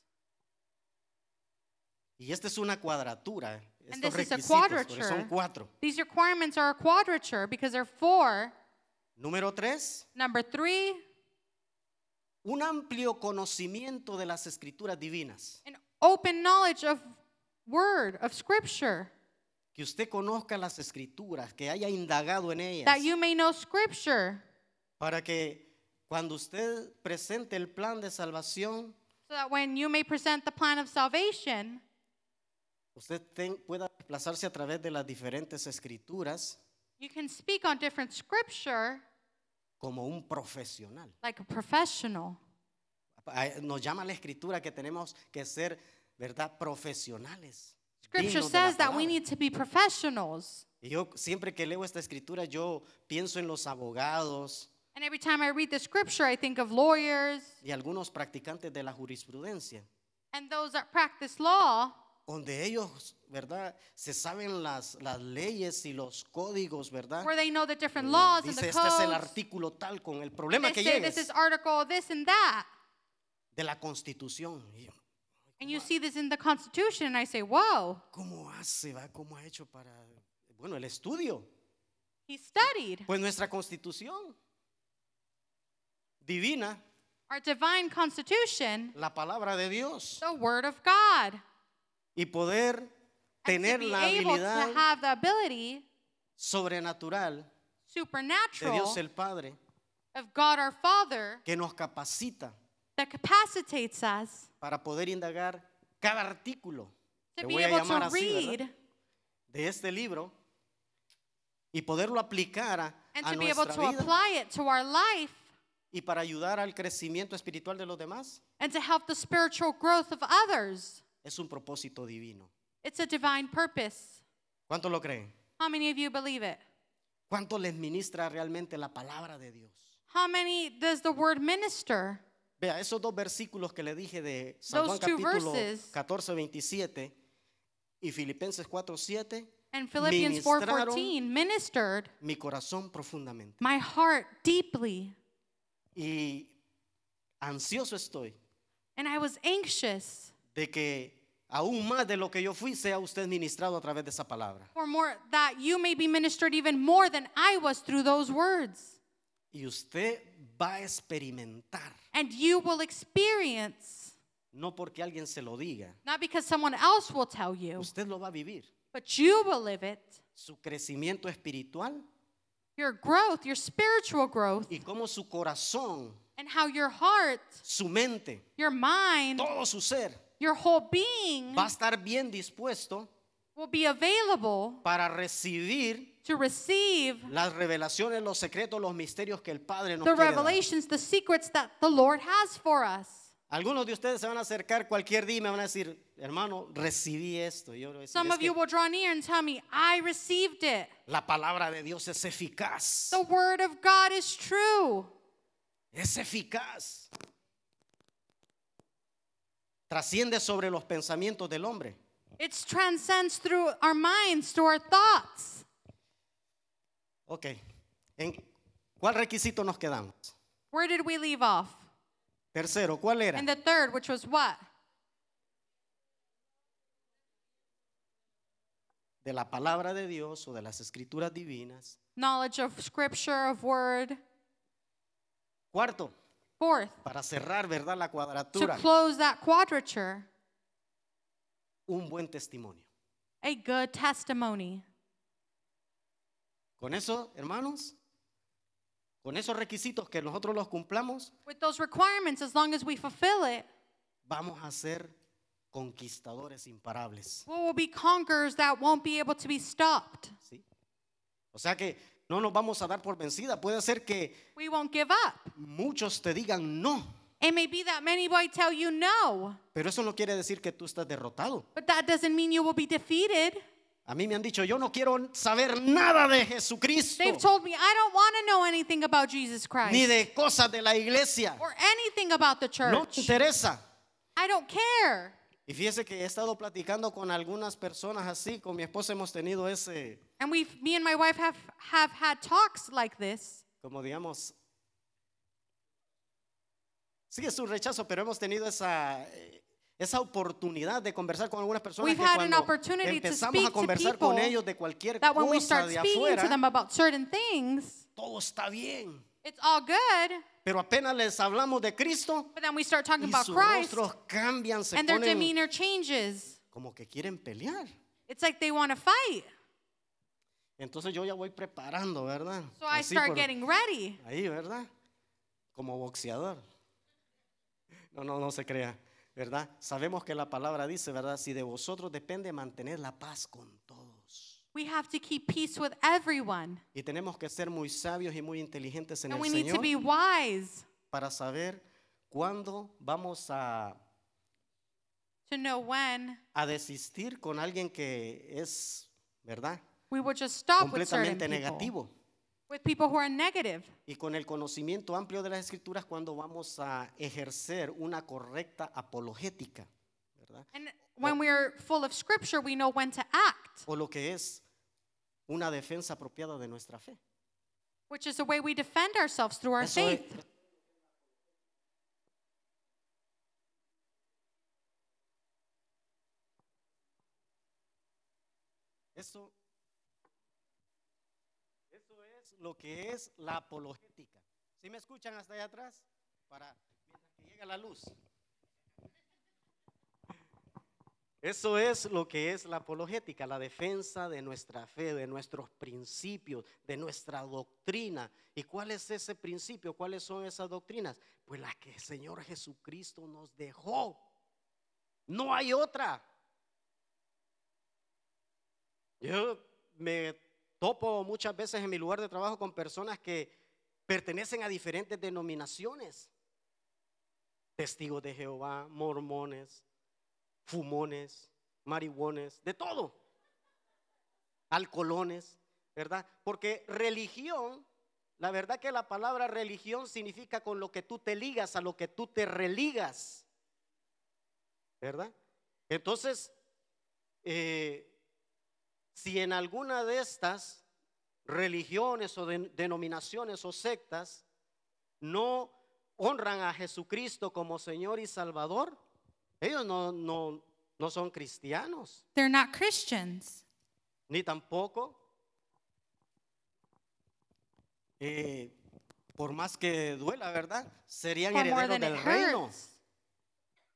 S1: Y esta es una cuadratura. Estos
S2: this is a
S1: requisitos, porque
S2: quadrature.
S1: son cuatro.
S2: These requirements are a quadrature because they're four.
S1: Número tres,
S2: Number three,
S1: un amplio conocimiento de las escrituras divinas.
S2: an open knowledge of word, of scripture,
S1: Que usted conozca las escrituras, que haya indagado en ellas,
S2: that you may know scripture.
S1: para que cuando usted presente el plan de salvación,
S2: so that when you may present the plan of salvation,
S1: usted ten- pueda desplazarse a través de las diferentes escrituras
S2: you can speak on different scripture
S1: como un profesional.
S2: like a professional.
S1: Ah, Nos llama la escritura que tenemos que ser, ¿verdad?, profesionales.
S2: Scripture
S1: dignos de la
S2: says that we
S1: palabra.
S2: need to be professionals.
S1: Y yo siempre que leo esta escritura, yo pienso en los abogados
S2: And every time I read the scripture, I think of lawyers
S1: y algunos practicantes de la jurisprudencia,
S2: and those that practice law,
S1: donde ellos, ¿verdad?, se saben las, las leyes y los códigos, ¿verdad?
S2: where they know the different
S1: Eh,
S2: laws and
S1: Dice,
S2: the
S1: este es el
S2: codes.
S1: artículo tal con el problema
S2: They
S1: que
S2: say this
S1: llegues
S2: is article this and that.
S1: de la Constitución. Y yo,
S2: And you see this in the Constitution, and I say, whoa,
S1: ¿Cómo hace, va? ¿Cómo ha hecho para, bueno, el estudio?
S2: he studied.
S1: Pues nuestra Constitución divina,
S2: Our divine Constitution,
S1: la palabra de Dios
S2: the Word of God.
S1: y poder
S2: And to
S1: tener
S2: be
S1: la
S2: able to
S1: habilidad
S2: have the ability
S1: sobrenatural de
S2: supernatural
S1: Dios el Padre
S2: of God our Father
S1: que nos capacita
S2: that capacitates us
S1: para poder indagar cada artículo
S2: to
S1: Le
S2: be
S1: voy a
S2: able
S1: llamar
S2: to
S1: así, ¿verdad?
S2: read
S1: de este libro y poderlo aplicar a,
S2: and
S1: a
S2: to be able
S1: nuestra
S2: to
S1: vida
S2: apply it to our life
S1: y para ayudar al crecimiento espiritual de los demás
S2: and to help the spiritual growth of others.
S1: es un propósito divino.
S2: It's a divine purpose.
S1: ¿Cuánto lo creen?
S2: How many of you believe it?
S1: ¿Cuánto les ministra realmente la palabra de Dios?
S2: How many does the word minister?
S1: Vea, esos dos versículos que le dije de San Juan
S2: Those two
S1: capítulo
S2: verses.
S1: 14, 27 y Filipenses 4, 7,
S2: And Philippians 4:14 ministered
S1: mi corazón profundamente.
S2: my heart deeply,
S1: Y ansioso estoy
S2: and I was anxious
S1: de que aún más de lo que yo fui sea usted ministrado a través de esa palabra.
S2: for more that you may be ministered even more than I was through those words.
S1: Y usted va a experimentar,
S2: And you will experience,
S1: no porque alguien se lo diga,
S2: not because someone else will tell you,
S1: usted lo va a vivir.
S2: but you will live it.
S1: Su crecimiento espiritual
S2: Your growth, your spiritual growth,
S1: y cómo su corazón,
S2: and how your heart,
S1: su mente,
S2: your mind,
S1: todo su ser
S2: your whole being
S1: va a estar bien dispuesto
S2: will be available
S1: para recibir
S2: to receive
S1: las revelaciones, los secretos, los misterios que el Padre nos
S2: the
S1: quiere dar.
S2: revelations, the secrets that the Lord has for us.
S1: Algunos de ustedes se van a acercar cualquier día y me van a decir, hermano, recibí esto. Y yo le voy a decir,
S2: Some
S1: "Es
S2: of you
S1: que
S2: will draw near and tell me, I received it.
S1: la palabra de Dios es eficaz.
S2: The word of God is true.
S1: Es eficaz. Trasciende sobre los pensamientos del hombre.
S2: It transcends through our minds to our thoughts.
S1: Ok. ¿En cuál requisito nos quedamos?
S2: Where did we leave off?
S1: Tercero, ¿cuál era?
S2: And the third, which was what?
S1: De la palabra de Dios o de las escrituras divinas.
S2: Knowledge of scripture, of word.
S1: Cuarto,
S2: Fourth,
S1: para cerrar, ¿verdad? La
S2: to
S1: cuadratura.
S2: close that quadrature,
S1: Un buen testimonio.
S2: a good testimony.
S1: Con eso, hermanos, con esos requisitos que nosotros los cumplamos,
S2: With those requirements, as long as we fulfill it,
S1: vamos a ser conquistadores imparables.
S2: we will be conquerors that won't be able to be stopped.
S1: ¿sí? O sea que no nos vamos a dar por vencida. Puede ser que
S2: We won't give up.
S1: muchos te digan no,
S2: It may be that many might tell you no,
S1: pero eso no quiere decir que tú estás derrotado.
S2: but that doesn't mean you will be defeated.
S1: A mí me han dicho, yo no quiero saber nada de Jesucristo,
S2: They've told me, I don't want to know anything about Jesus Christ
S1: ni de cosas de la iglesia.
S2: or anything about the
S1: No me
S2: church.
S1: interesa.
S2: I don't care.
S1: Y fíjese que he estado platicando con algunas personas así, con mi esposa hemos tenido ese,
S2: And we, me and my wife have, have had talks like this.
S1: como digamos, sí es un rechazo, pero hemos tenido esa, eh, esa oportunidad de conversar con algunas personas
S2: We've
S1: que
S2: had an
S1: cuando
S2: opportunity to
S1: empezamos
S2: speak
S1: a
S2: to
S1: conversar con
S2: people
S1: ellos de cualquier
S2: That when we
S1: cosa
S2: start
S1: de
S2: speaking to them
S1: afuera,
S2: about certain things,
S1: todo está bien.
S2: it's all good.
S1: Pero apenas les hablamos de Cristo,
S2: But then we start talking
S1: y
S2: about
S1: sus
S2: Christ,
S1: rostros cambian, se
S2: and their
S1: ponen
S2: demeanor changes.
S1: como que quieren pelear.
S2: It's like they want to fight.
S1: Entonces yo ya voy preparando, ¿verdad?
S2: So I
S1: Así
S2: start
S1: por-
S2: getting ready.
S1: Ahí, ¿verdad? Como boxeador. No, no, no se crea, ¿verdad? Sabemos que la palabra dice, ¿verdad? Si de vosotros depende mantener la paz con todos.
S2: We have to keep peace with everyone,
S1: Y tenemos que ser muy sabios y muy inteligentes en
S2: and
S1: el
S2: we need
S1: Señor
S2: to be wise
S1: para saber cuándo vamos a,
S2: to know when
S1: a desistir con alguien que es, ¿verdad?
S2: we will just stop with certain
S1: Completamente
S2: people,
S1: negativo.
S2: with people who are negative,
S1: Y con el conocimiento amplio de las escrituras, cuando vamos a ejercer una correcta apologética, ¿verdad?
S2: and when we are full of Scripture, we know when to act,
S1: o lo que es una defensa apropiada de nuestra fe.
S2: which is the way we defend ourselves through our
S1: Eso es-
S2: faith.
S1: Eso, eso es lo que es la apologética. ¿Sí me escuchan hasta allá atrás? Para mientras que llega la luz. Eso es lo que es la apologética, la defensa de nuestra fe, de nuestros principios, de nuestra doctrina. ¿Y cuál es ese principio? ¿Cuáles son esas doctrinas? Pues las que el Señor Jesucristo nos dejó. No hay otra. Yo me topo muchas veces en mi lugar de trabajo con personas que pertenecen a diferentes denominaciones. Testigos de Jehová, mormones, fumones, marihuones, de todo. Alcolones, ¿verdad? Porque religión, la verdad que la palabra religión significa con lo que tú te ligas, a lo que tú te religas, ¿verdad? Entonces, eh, si en alguna de estas religiones o den- denominaciones o sectas no honran a Jesucristo como Señor y Salvador, ellos no, no, no son cristianos,
S2: They're not Christians.
S1: ni tampoco, eh, por más que duela, ¿verdad? Serían
S2: For more
S1: herederos
S2: than it
S1: del reino,
S2: hurts,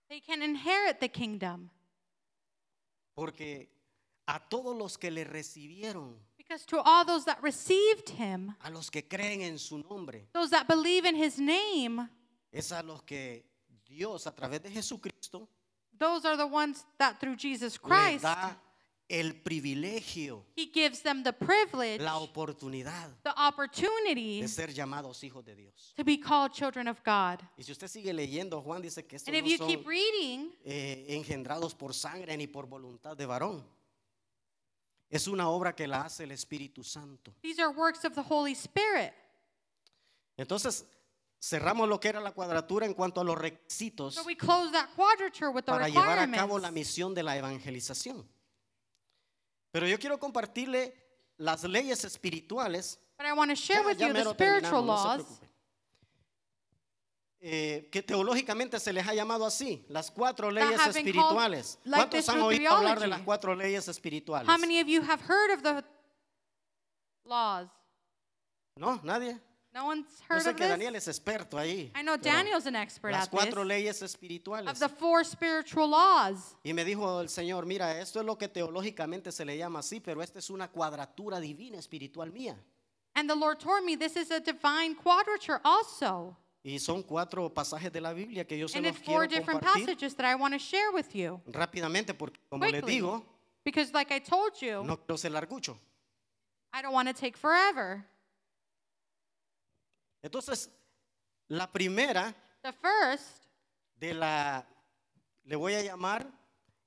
S2: they can inherit the kingdom
S1: porque a todos los que le recibieron,
S2: because to all those that received Him,
S1: a los que creen en su nombre,
S2: those that believe in His name.
S1: es a los que Dios a través de Jesucristo
S2: Those are the ones that through Jesus
S1: le
S2: Christ
S1: da el privilegio,
S2: He gives them the privilege,
S1: la oportunidad
S2: the opportunity
S1: de ser llamados hijos de Dios.
S2: to be called children of God.
S1: Y si usted sigue leyendo, Juan dice que estos
S2: And if
S1: no
S2: you
S1: son
S2: keep reading,
S1: eh, engendrados por sangre ni por voluntad de varón. Es una obra que la hace el Espíritu Santo.
S2: these are works of the Holy Spirit.
S1: Entonces, cerramos lo que era la cuadratura en cuanto a los requisitos
S2: So we close that quadrature with the
S1: para llevar a cabo la
S2: requirements.
S1: misión de la evangelización. Pero yo quiero compartirle las leyes espirituales
S2: But I want to share
S1: Ya-
S2: with
S1: ya
S2: you the
S1: mero
S2: spiritual
S1: terminamos, no se
S2: laws
S1: preocupe. Eh, que teológicamente se les ha llamado así, las cuatro leyes
S2: have been called
S1: espirituales.
S2: like
S1: ¿Cuántos
S2: this
S1: han
S2: through
S1: oído hablar de
S2: theology?
S1: las cuatro leyes espirituales?
S2: How many of you have heard of the laws?
S1: No, nadie.
S2: No one's
S1: Yo
S2: heard
S1: sé
S2: of
S1: que
S2: this?
S1: Daniel es experto ahí.
S2: I know
S1: pero
S2: Daniel's an expert
S1: Las
S2: at this.
S1: cuatro leyes espirituales.
S2: Of the four spiritual laws.
S1: Y me dijo el Señor, mira, esto es lo que teológicamente se le llama así, pero esta es una cuadratura divina espiritual mía.
S2: And the Lord told me this is a divine quadrature also.
S1: Y son cuatro pasajes de la Biblia que yo se
S2: And
S1: los
S2: it's four
S1: quiero
S2: different
S1: compartir
S2: passages that I want to share with you
S1: rápidamente, porque como les
S2: quickly.
S1: digo,
S2: Because, like I told you,
S1: no quiero ser largucho.
S2: I don't want to take forever.
S1: Entonces, la primera
S2: The first
S1: de la, le voy a llamar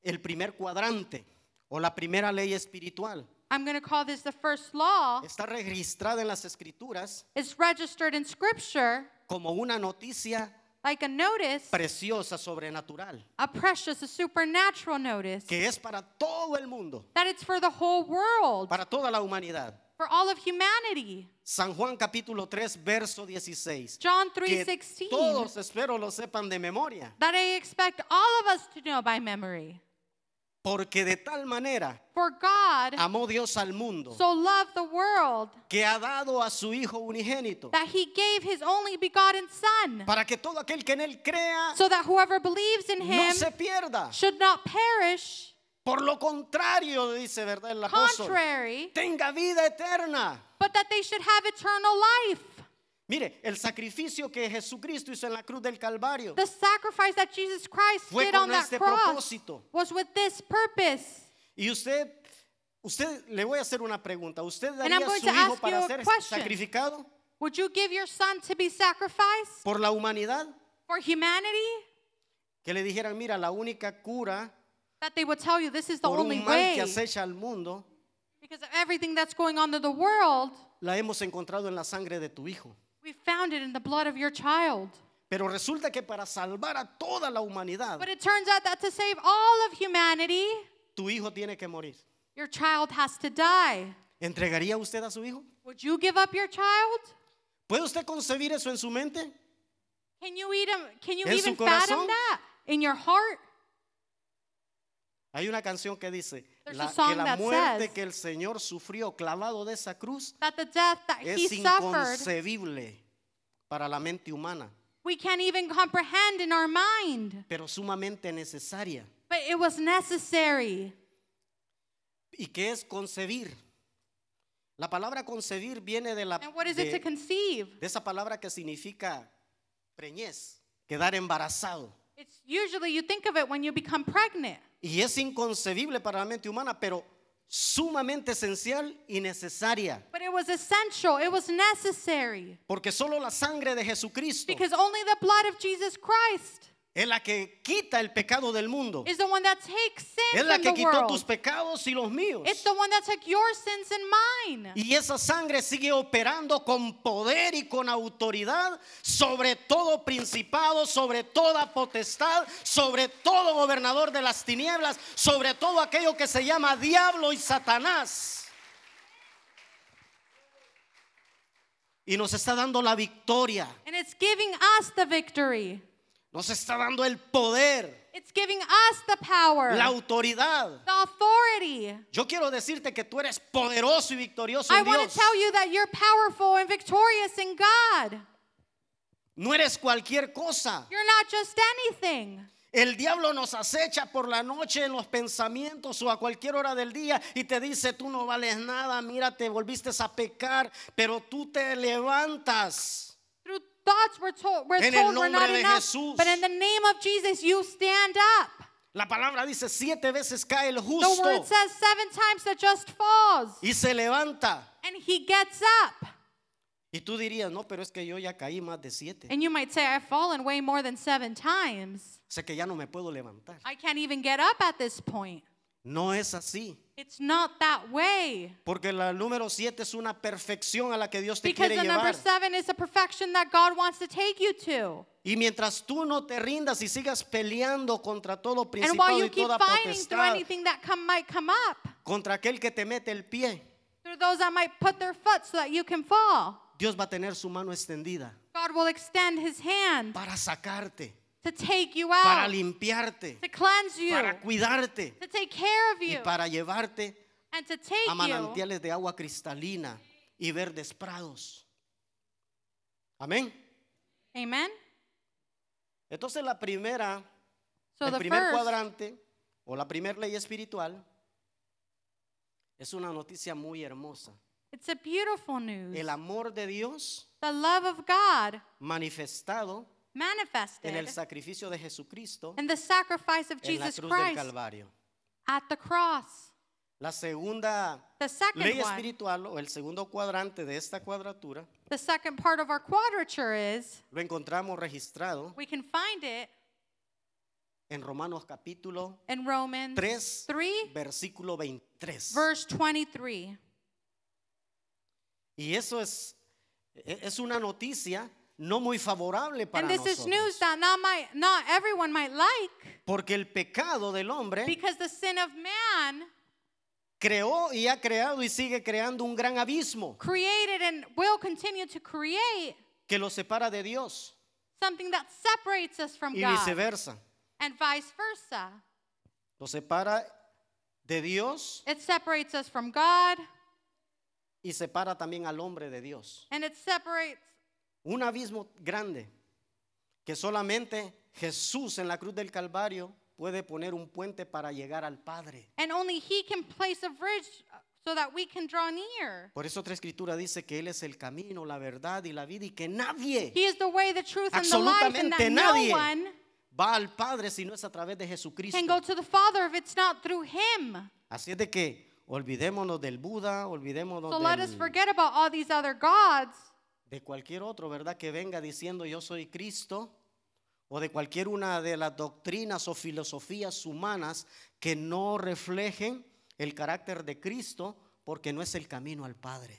S1: el primer cuadrante o la primera ley espiritual.
S2: I'm going to call this the first law.
S1: Está registrada en las escrituras
S2: It's registered in Scripture
S1: como una noticia
S2: like a notice,
S1: preciosa, sobrenatural,
S2: a precious, a supernatural notice,
S1: que es para todo el mundo,
S2: that it's for the whole world,
S1: para toda la humanidad.
S2: for all of humanity.
S1: San Juan capítulo 3, verso 16.
S2: John
S1: Que
S2: 3:16.
S1: todos espero lo sepan de memoria,
S2: That I expect all of us to know by memory.
S1: porque de tal manera
S2: For God
S1: amó Dios al mundo
S2: so loved the world
S1: que ha dado a su Hijo unigénito
S2: that he gave his only begotten Son,
S1: para que todo aquel que en él crea
S2: so that whoever believes in
S1: no
S2: him
S1: se pierda.
S2: should not perish,
S1: Por lo contrario, dice verdad el apóstol,
S2: contrary,
S1: tenga vida eterna.
S2: but that they should have eternal life.
S1: Mire, el sacrificio que Jesucristo hizo en la cruz del Calvario
S2: The sacrifice that Jesus Christ
S1: Fue
S2: did
S1: con
S2: on that
S1: este
S2: cross
S1: propósito.
S2: was with this purpose.
S1: Y usted, usted, le voy a hacer una pregunta. ¿Usted
S2: I'm
S1: daría a
S2: going
S1: su
S2: to
S1: hijo
S2: ask
S1: para
S2: you a
S1: ser
S2: question.
S1: sacrificado
S2: Would you give your son to be sacrificed
S1: por la humanidad?
S2: for humanity?
S1: Que le dijeran, mira, la única cura
S2: That they would tell you this is the
S1: por
S2: only
S1: un mal que
S2: way.
S1: acecha al mundo
S2: Because of everything that's going on in the world,
S1: la hemos encontrado en la sangre de tu hijo.
S2: we found it in the blood of your child.
S1: Pero resulta que para salvar a toda la humanidad,
S2: But it turns out that to save all of humanity,
S1: tu hijo tiene que morir.
S2: your child has to die.
S1: ¿Entregaría usted a su hijo?
S2: Would you give up your child?
S1: ¿Puede usted concebir eso en su mente?
S2: Can you, eat him, can you
S1: En su
S2: even
S1: corazón?
S2: fathom that in your heart?
S1: Hay una canción que dice
S2: There's
S1: la-
S2: a
S1: que
S2: song
S1: la
S2: that
S1: muerte
S2: says-
S1: que el Señor sufrió clavado de esa cruz
S2: That the death that he
S1: es
S2: suffered,
S1: inconcebible para la mente humana,
S2: we can't even comprehend in our mind.
S1: pero sumamente necesaria.
S2: But it was necessary.
S1: ¿Y qué es concebir? La palabra concebir viene de la
S2: And what is it to
S1: de,
S2: conceive?
S1: de esa palabra que significa preñez, quedar embarazado.
S2: It's usually you think of it when you become pregnant.
S1: Y es inconcebible para la mente humana, pero sumamente esencial y necesaria,
S2: But it was essential, it was necessary.
S1: porque solo la sangre de Jesucristo
S2: Because only the blood of Jesus Christ
S1: es la que quita el pecado del mundo.
S2: is the one that takes
S1: Es
S2: sin
S1: la
S2: from
S1: que
S2: the
S1: quitó tus
S2: world.
S1: pecados y los míos.
S2: It's the one that took your sins and mine.
S1: Y esa sangre sigue operando con poder y con autoridad sobre todo principado, sobre toda potestad, sobre todo gobernador de las tinieblas, sobre todo aquello que se llama diablo y satanás. Y nos está dando la victoria,
S2: And it's giving us the victory.
S1: nos está dando el poder,
S2: It's giving us the power,
S1: la autoridad.
S2: the authority.
S1: Yo quiero decirte que tú eres poderoso y victorioso
S2: I
S1: en
S2: want
S1: Dios.
S2: to tell you that you're powerful and victorious in God.
S1: No eres cualquier cosa.
S2: You're not just anything.
S1: El diablo nos acecha por la noche en los pensamientos o a cualquier hora del día y te dice, tú no vales nada, mira, te volviste a pecar, pero tú te levantas.
S2: Through thoughts, we're told, we're,
S1: En el
S2: told we're
S1: nombre
S2: not
S1: de
S2: enough.
S1: Jesús.
S2: But in the name of Jesus, you stand up.
S1: La palabra dice, siete veces cae el
S2: The word
S1: justo
S2: says seven times the just falls
S1: y se levanta.
S2: and he gets up.
S1: Y tú dirías, no, pero es que yo ya caí más de siete.
S2: And you might say, I've fallen way more than seven times.
S1: O sea que ya no me puedo levantar.
S2: I can't even get up at this point.
S1: No es así.
S2: It's not that way.
S1: Porque la número siete es una perfección a la que Dios te
S2: Because
S1: quiere
S2: the number
S1: llevar.
S2: seven is the perfection that God wants to take you to.
S1: Y mientras tú no te rindas y sigas peleando contra todo
S2: And while
S1: principado
S2: you
S1: y
S2: keep
S1: toda
S2: fighting through
S1: potestad,
S2: anything that come, might come up,
S1: contra aquel que te mete el pie,
S2: through those that might put their foot so that you can fall,
S1: Dios va a tener su mano extendida
S2: God will extend his hand
S1: para sacarte,
S2: to take you
S1: para
S2: out,
S1: limpiarte,
S2: to cleanse you,
S1: para cuidarte
S2: to take care of
S1: y
S2: you,
S1: para llevarte
S2: and to
S1: a
S2: take you
S1: manantiales de agua cristalina y verdes prados. Amén.
S2: Amen.
S1: Entonces la primera,
S2: So
S1: el
S2: the
S1: primer
S2: first,
S1: cuadrante o la primera ley espiritual es una noticia muy hermosa.
S2: it's a beautiful news.
S1: El amor de Dios
S2: The love of God
S1: manifestado en el
S2: manifested
S1: sacrificio de Jesucristo
S2: in the sacrifice of
S1: en la
S2: Jesus
S1: cruz del
S2: Christ
S1: Calvario.
S2: at the cross.
S1: La segunda
S2: The
S1: ley
S2: second one,
S1: espiritual o el segundo cuadrante de esta cuadratura
S2: the second part of our quadrature is
S1: lo encontramos registrado
S2: we can find it
S1: en Romanos capítulo
S2: in Romans
S1: 3,
S2: 3,
S1: versículo 23.
S2: verse 23.
S1: Y eso es, e- es una noticia no muy favorable para
S2: And this is
S1: nosotros.
S2: news that not, might, not everyone might like
S1: Porque el pecado del hombre
S2: because the sin of man
S1: creó y ha creado y sigue creando un gran abismo
S2: created and will continue to create
S1: que lo separa de Dios
S2: something that separates us from
S1: y
S2: God
S1: viceversa.
S2: and vice versa.
S1: Lo separa de Dios
S2: It separates us from God
S1: y separa también al hombre de Dios.
S2: and it separates
S1: un abismo grande que solamente Jesús en la cruz del Calvario puede poner un puente para llegar al Padre.
S2: and only he can place a bridge so that we can draw near.
S1: Por eso otra escritura dice que Él es el camino, la verdad y la vida y que nadie
S2: He is the way, the truth, and the life, and that
S1: Absolutamente nadie.
S2: no one
S1: va al Padre si no es a través de
S2: can go
S1: Jesucristo.
S2: to the Father if it's not through him.
S1: Así es de que olvidémonos del Buda, olvidémonos
S2: So let us
S1: del-
S2: forget about all these other gods
S1: de cualquier otro, ¿verdad? Que venga diciendo yo soy Cristo o de cualquier una de las doctrinas o filosofías humanas que no reflejen el carácter de Cristo porque no es el camino al Padre.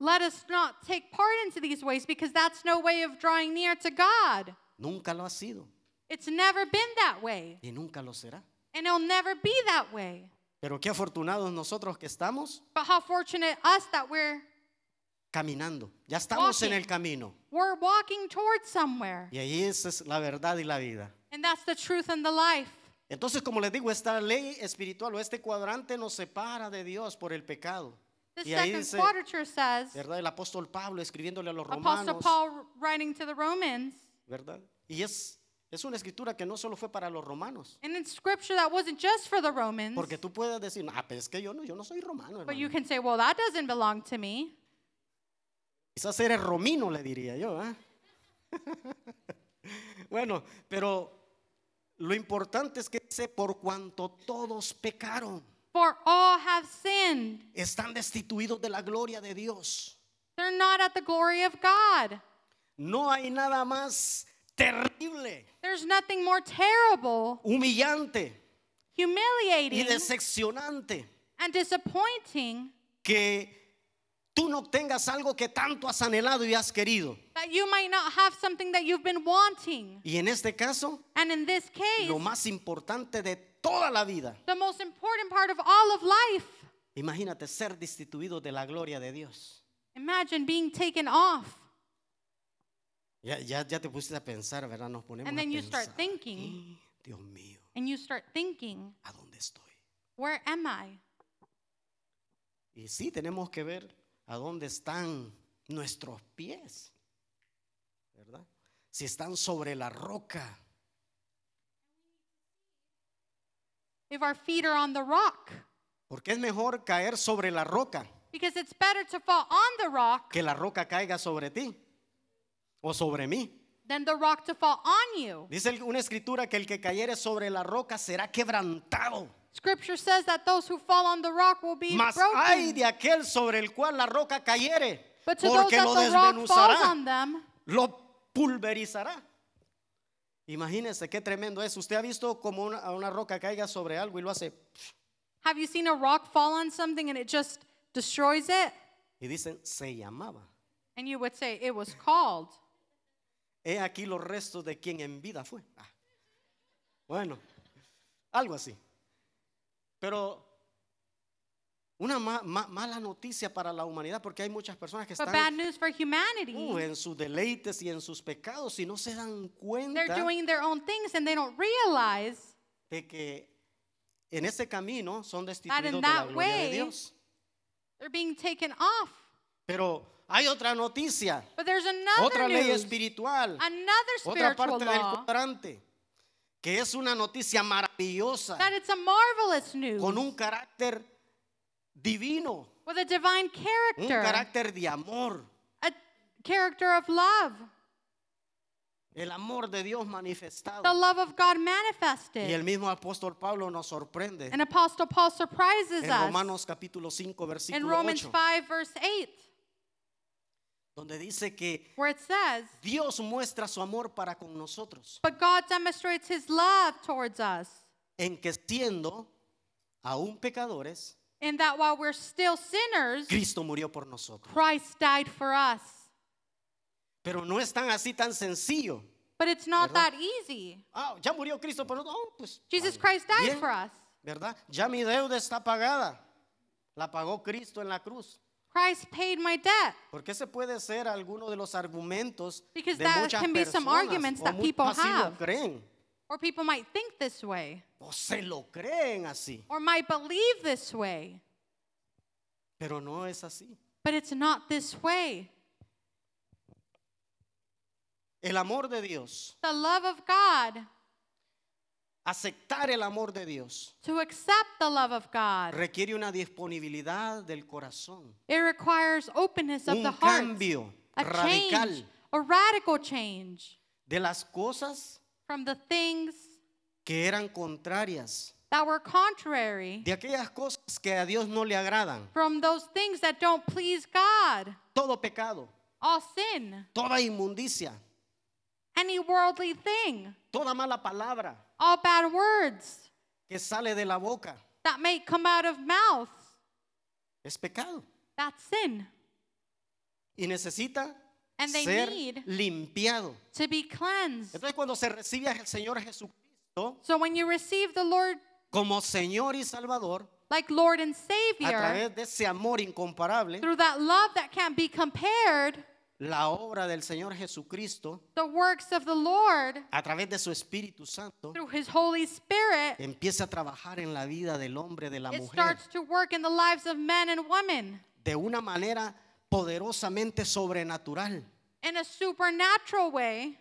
S2: Let us not take part into these ways because that's no way of drawing near to God.
S1: Nunca lo ha sido
S2: It's never been that way,
S1: y nunca lo será.
S2: and it'll never be that way.
S1: Pero qué afortunados nosotros que estamos
S2: But how fortunate us that we're
S1: caminando. Ya estamos en
S2: Walking.
S1: el camino.
S2: we're walking towards somewhere.
S1: Y ahí esa es la verdad y la vida.
S2: And that's the truth and the life.
S1: Entonces, como les digo, esta ley espiritual o este cuadrante nos separa de Dios por el pecado.
S2: The
S1: y ahí
S2: second
S1: dice,
S2: quadrature says
S1: ¿verdad? El apóstol Pablo escribiéndole a los
S2: Apostle
S1: romanos.
S2: Paul writing to the Romans,
S1: ¿verdad? Y es, es una escritura que no solo fue para los romanos,
S2: and it's scripture that wasn't just for the Romans.
S1: porque tú puedes decir, ah, pero es que yo no, yo no soy romano,
S2: But you
S1: hermano".
S2: can say, well, that doesn't belong to me.
S1: Quizás eres romino, le diría yo, ¿ah? bueno, pero lo importante es que dice, por cuanto todos pecaron,
S2: For all have sinned.
S1: están destituidos de la gloria de Dios.
S2: They're not at the glory of God.
S1: No hay nada más terrible,
S2: There's nothing more terrible,
S1: humillante y
S2: humiliating,
S1: decepcionante
S2: and disappointing
S1: que tú no tengas algo que tanto has anhelado y has querido.
S2: that you might not have something that you've been wanting.
S1: Y en este caso,
S2: And in this case,
S1: lo más importante de toda la vida.
S2: the most important part of all of life.
S1: Imagínate ser destituido de la gloria de Dios.
S2: Imagine being taken off.
S1: Ya, ya, ya te pusiste a pensar, ¿verdad? Nos ponemos
S2: And
S1: a
S2: then you
S1: pensar.
S2: start thinking,
S1: "Ih, Dios mío,
S2: and you start thinking,
S1: ¿a dónde estoy?
S2: where am I?
S1: Y sí, tenemos que ver a dónde están nuestros pies, ¿verdad? Si están sobre la roca.
S2: If our feet are on the rock.
S1: Porque es mejor caer sobre la roca
S2: Because it's better to fall on the rock
S1: que la roca caiga sobre ti o sobre mí.
S2: than the rock to fall on you.
S1: Dice el- una escritura que el que cayere sobre la roca será quebrantado.
S2: Scripture says that those who fall on the rock will be
S1: Mas ay
S2: broken.
S1: de aquel sobre el cual la roca cayere,
S2: But to those
S1: porque
S2: that
S1: lo
S2: the rock falls
S1: desmenuzará,
S2: on them,
S1: lo pulverizará. Imagínense qué tremendo es. Usted ha visto como una, a una roca caiga sobre algo y lo hace.
S2: have you seen a rock fall on something and it just destroys it?
S1: Y dicen, se llamaba.
S2: And you would say it was called.
S1: He aquí los restos de quien en vida fue. Ah. Bueno, algo así. Pero una ma- ma- mala noticia para la humanidad porque hay muchas personas que
S2: But bad
S1: están
S2: news for humanity.
S1: uh, en sus deleites y en sus pecados y no se dan
S2: They're
S1: cuenta
S2: doing their own things and they don't realize
S1: de que en ese camino son
S2: in
S1: destituidos de la
S2: that
S1: gloria de
S2: way.
S1: Dios.
S2: they're being taken off.
S1: Pero hay otra noticia,
S2: But there's another
S1: otra ley
S2: news,
S1: espiritual,
S2: another
S1: otra
S2: spiritual
S1: parte del
S2: law,
S1: cuadrante, que es una noticia maravillosa.
S2: that it's a marvelous news
S1: con un carácter divino,
S2: with a divine
S1: un
S2: character,
S1: carácter de amor.
S2: a character of love,
S1: El amor de Dios
S2: the
S1: manifestado.
S2: love of God
S1: Y el
S2: manifested.
S1: mismo apóstol Pablo nos sorprende
S2: And Apostle Paul surprises
S1: en
S2: us
S1: Romanos capítulo 5
S2: in
S1: versículo
S2: Romans
S1: 8,
S2: 5, verse 8,
S1: donde dice que
S2: where it says,
S1: Dios muestra su amor para con nosotros,
S2: But God demonstrates his love towards us,
S1: en que siendo aún pecadores,
S2: in that while we're still sinners,
S1: Cristo murió por nosotros.
S2: Christ died for us.
S1: Pero no es tan así tan sencillo.
S2: But it's not
S1: ¿Verdad?
S2: that easy.
S1: Ah, ya murió Cristo por nosotros. Oh, pues,
S2: Jesus
S1: vale.
S2: Christ died
S1: Bien.
S2: for us.
S1: ¿verdad? Ya mi deuda está pagada. La pagó Cristo en la cruz.
S2: Christ paid my debt.
S1: Porque ese puede ser alguno de los argumentos
S2: Because
S1: de
S2: that
S1: muchas
S2: can be some
S1: personas,
S2: arguments
S1: o
S2: that
S1: mu-
S2: people
S1: así lo
S2: have.
S1: creen
S2: Or people might think this way,
S1: o se lo creen así,
S2: or might believe this way.
S1: pero no es así.
S2: But it's not this way.
S1: El amor de Dios,
S2: The love of God,
S1: aceptar el amor de Dios
S2: to accept the love of God,
S1: requiere una disponibilidad del corazón,
S2: it requires openness of
S1: un
S2: the heart,
S1: cambio
S2: a change,
S1: radical
S2: a radical change
S1: de las cosas
S2: from the things
S1: que eran contrarias,
S2: that were contrary,
S1: de aquellas cosas que a Dios no le agradan,
S2: from those things that don't please God,
S1: todo pecado,
S2: all sin,
S1: toda inmundicia,
S2: any worldly thing,
S1: toda mala palabra
S2: all bad words
S1: que sale de la boca,
S2: that may come out of mouths.
S1: es pecado.
S2: That's sin.
S1: y necesita
S2: And they
S1: ser
S2: need-
S1: limpiado.
S2: To be cleansed.
S1: Entonces cuando se recibe al Señor Jesucristo
S2: So when you receive the Lord
S1: como Señor y Salvador,
S2: like Lord and
S1: a
S2: Savior,
S1: través de ese amor incomparable,
S2: through that love that can't be compared,
S1: la obra del Señor Jesucristo,
S2: the works of the Lord,
S1: a través de su Espíritu Santo,
S2: through His Holy Spirit,
S1: empieza a trabajar en la vida del hombre, de la
S2: it
S1: mujer,
S2: starts to work in the lives of men and women
S1: de una manera poderosamente sobrenatural.
S2: in a supernatural way.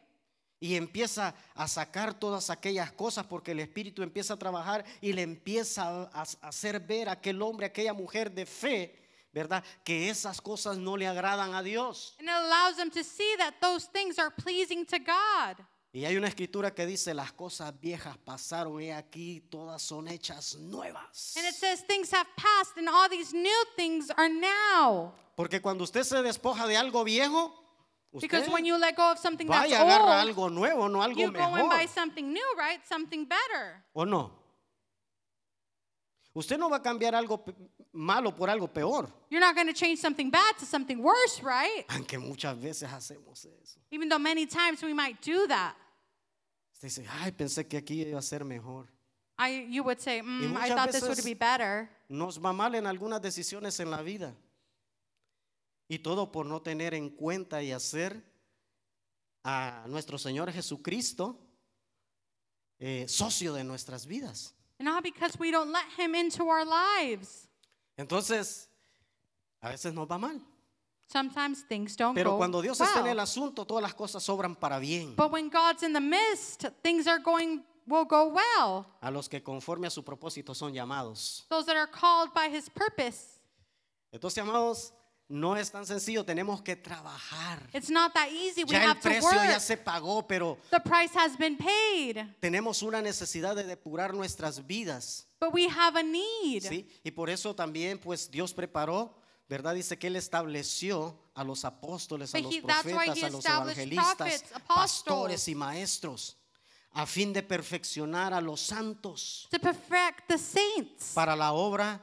S1: Y empieza a sacar todas aquellas cosas porque el Espíritu empieza a trabajar y le empieza a a hacer ver a aquel hombre, a aquella mujer de fe, ¿verdad? Que esas cosas no le agradan a Dios.
S2: And it allows them to see that those things are pleasing to God.
S1: Y hay una escritura que dice, las cosas viejas pasaron y aquí todas son hechas nuevas.
S2: And it says, Things have passed, and all these new things are now.
S1: Porque cuando usted se despoja de algo viejo, usted
S2: Because when you let go of something that's
S1: vaya agarra
S2: old,
S1: algo nuevo, no algo
S2: You go and
S1: mejor.
S2: buy something new, right? Something better.
S1: ¿O no? Usted no va a cambiar algo pe- malo por algo peor.
S2: You're not going to change something bad to something worse, right?
S1: Aunque muchas veces hacemos eso.
S2: Even though many times we might do that.
S1: Usted dice, ay, pensé que aquí iba a ser mejor.
S2: I, you would say, mm, I
S1: muchas
S2: thought this would
S1: veces-
S2: be better.
S1: Nos va mal en algunas decisiones en la vida. Y todo por no tener en cuenta y hacer a nuestro Señor Jesucristo eh, socio de nuestras vidas.
S2: And all because we don't let him into our lives.
S1: Entonces, a veces nos va mal.
S2: Sometimes things don't
S1: Pero
S2: go
S1: cuando Dios está en el
S2: well.
S1: asunto, todas las cosas sobran para bien.
S2: But when God's in the midst, things are going will go well.
S1: A los que conforme a su propósito son llamados.
S2: Those that are called by his purpose.
S1: Entonces, amados, No es tan sencillo, tenemos que trabajar.
S2: It's not that easy. We
S1: Ya el
S2: have to
S1: precio ya
S2: work.
S1: se pagó, pero
S2: The price has been paid,
S1: tenemos una necesidad de depurar nuestras vidas.
S2: but we have a need.
S1: ¿sí? Y por eso también, pues Dios preparó, ¿verdad? Dice que Él estableció a los apóstoles, a
S2: But
S1: los
S2: he- that's why
S1: profetas,
S2: he
S1: a los
S2: established
S1: evangelistas,
S2: prophets, apostles.
S1: pastores y maestros, a fin de perfeccionar a los santos
S2: to perfect the saints
S1: para la obra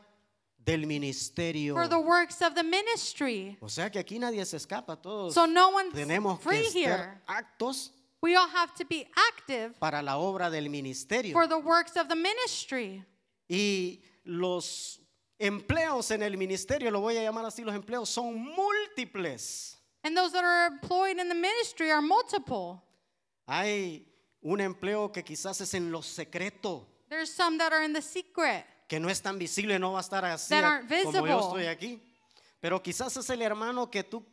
S1: del ministerio.
S2: for the works of the ministry.
S1: O sea que aquí nadie se escapa, todos
S2: So no one's
S1: tenemos que
S2: free
S1: estar
S2: here.
S1: actos
S2: We all have to be active
S1: para la obra del ministerio.
S2: for the works of the ministry.
S1: Y los empleos en el ministerio, lo voy a llamar así, los empleos son múltiples.
S2: And those that are employed in the ministry are multiple.
S1: Hay un empleo que quizás es en lo secreto,
S2: There's some that are in the secret.
S1: que no es tan visible, no va a estar así
S2: That aren't
S1: como yo
S2: visible.
S1: estoy aquí. Pero quizás es el hermano que tú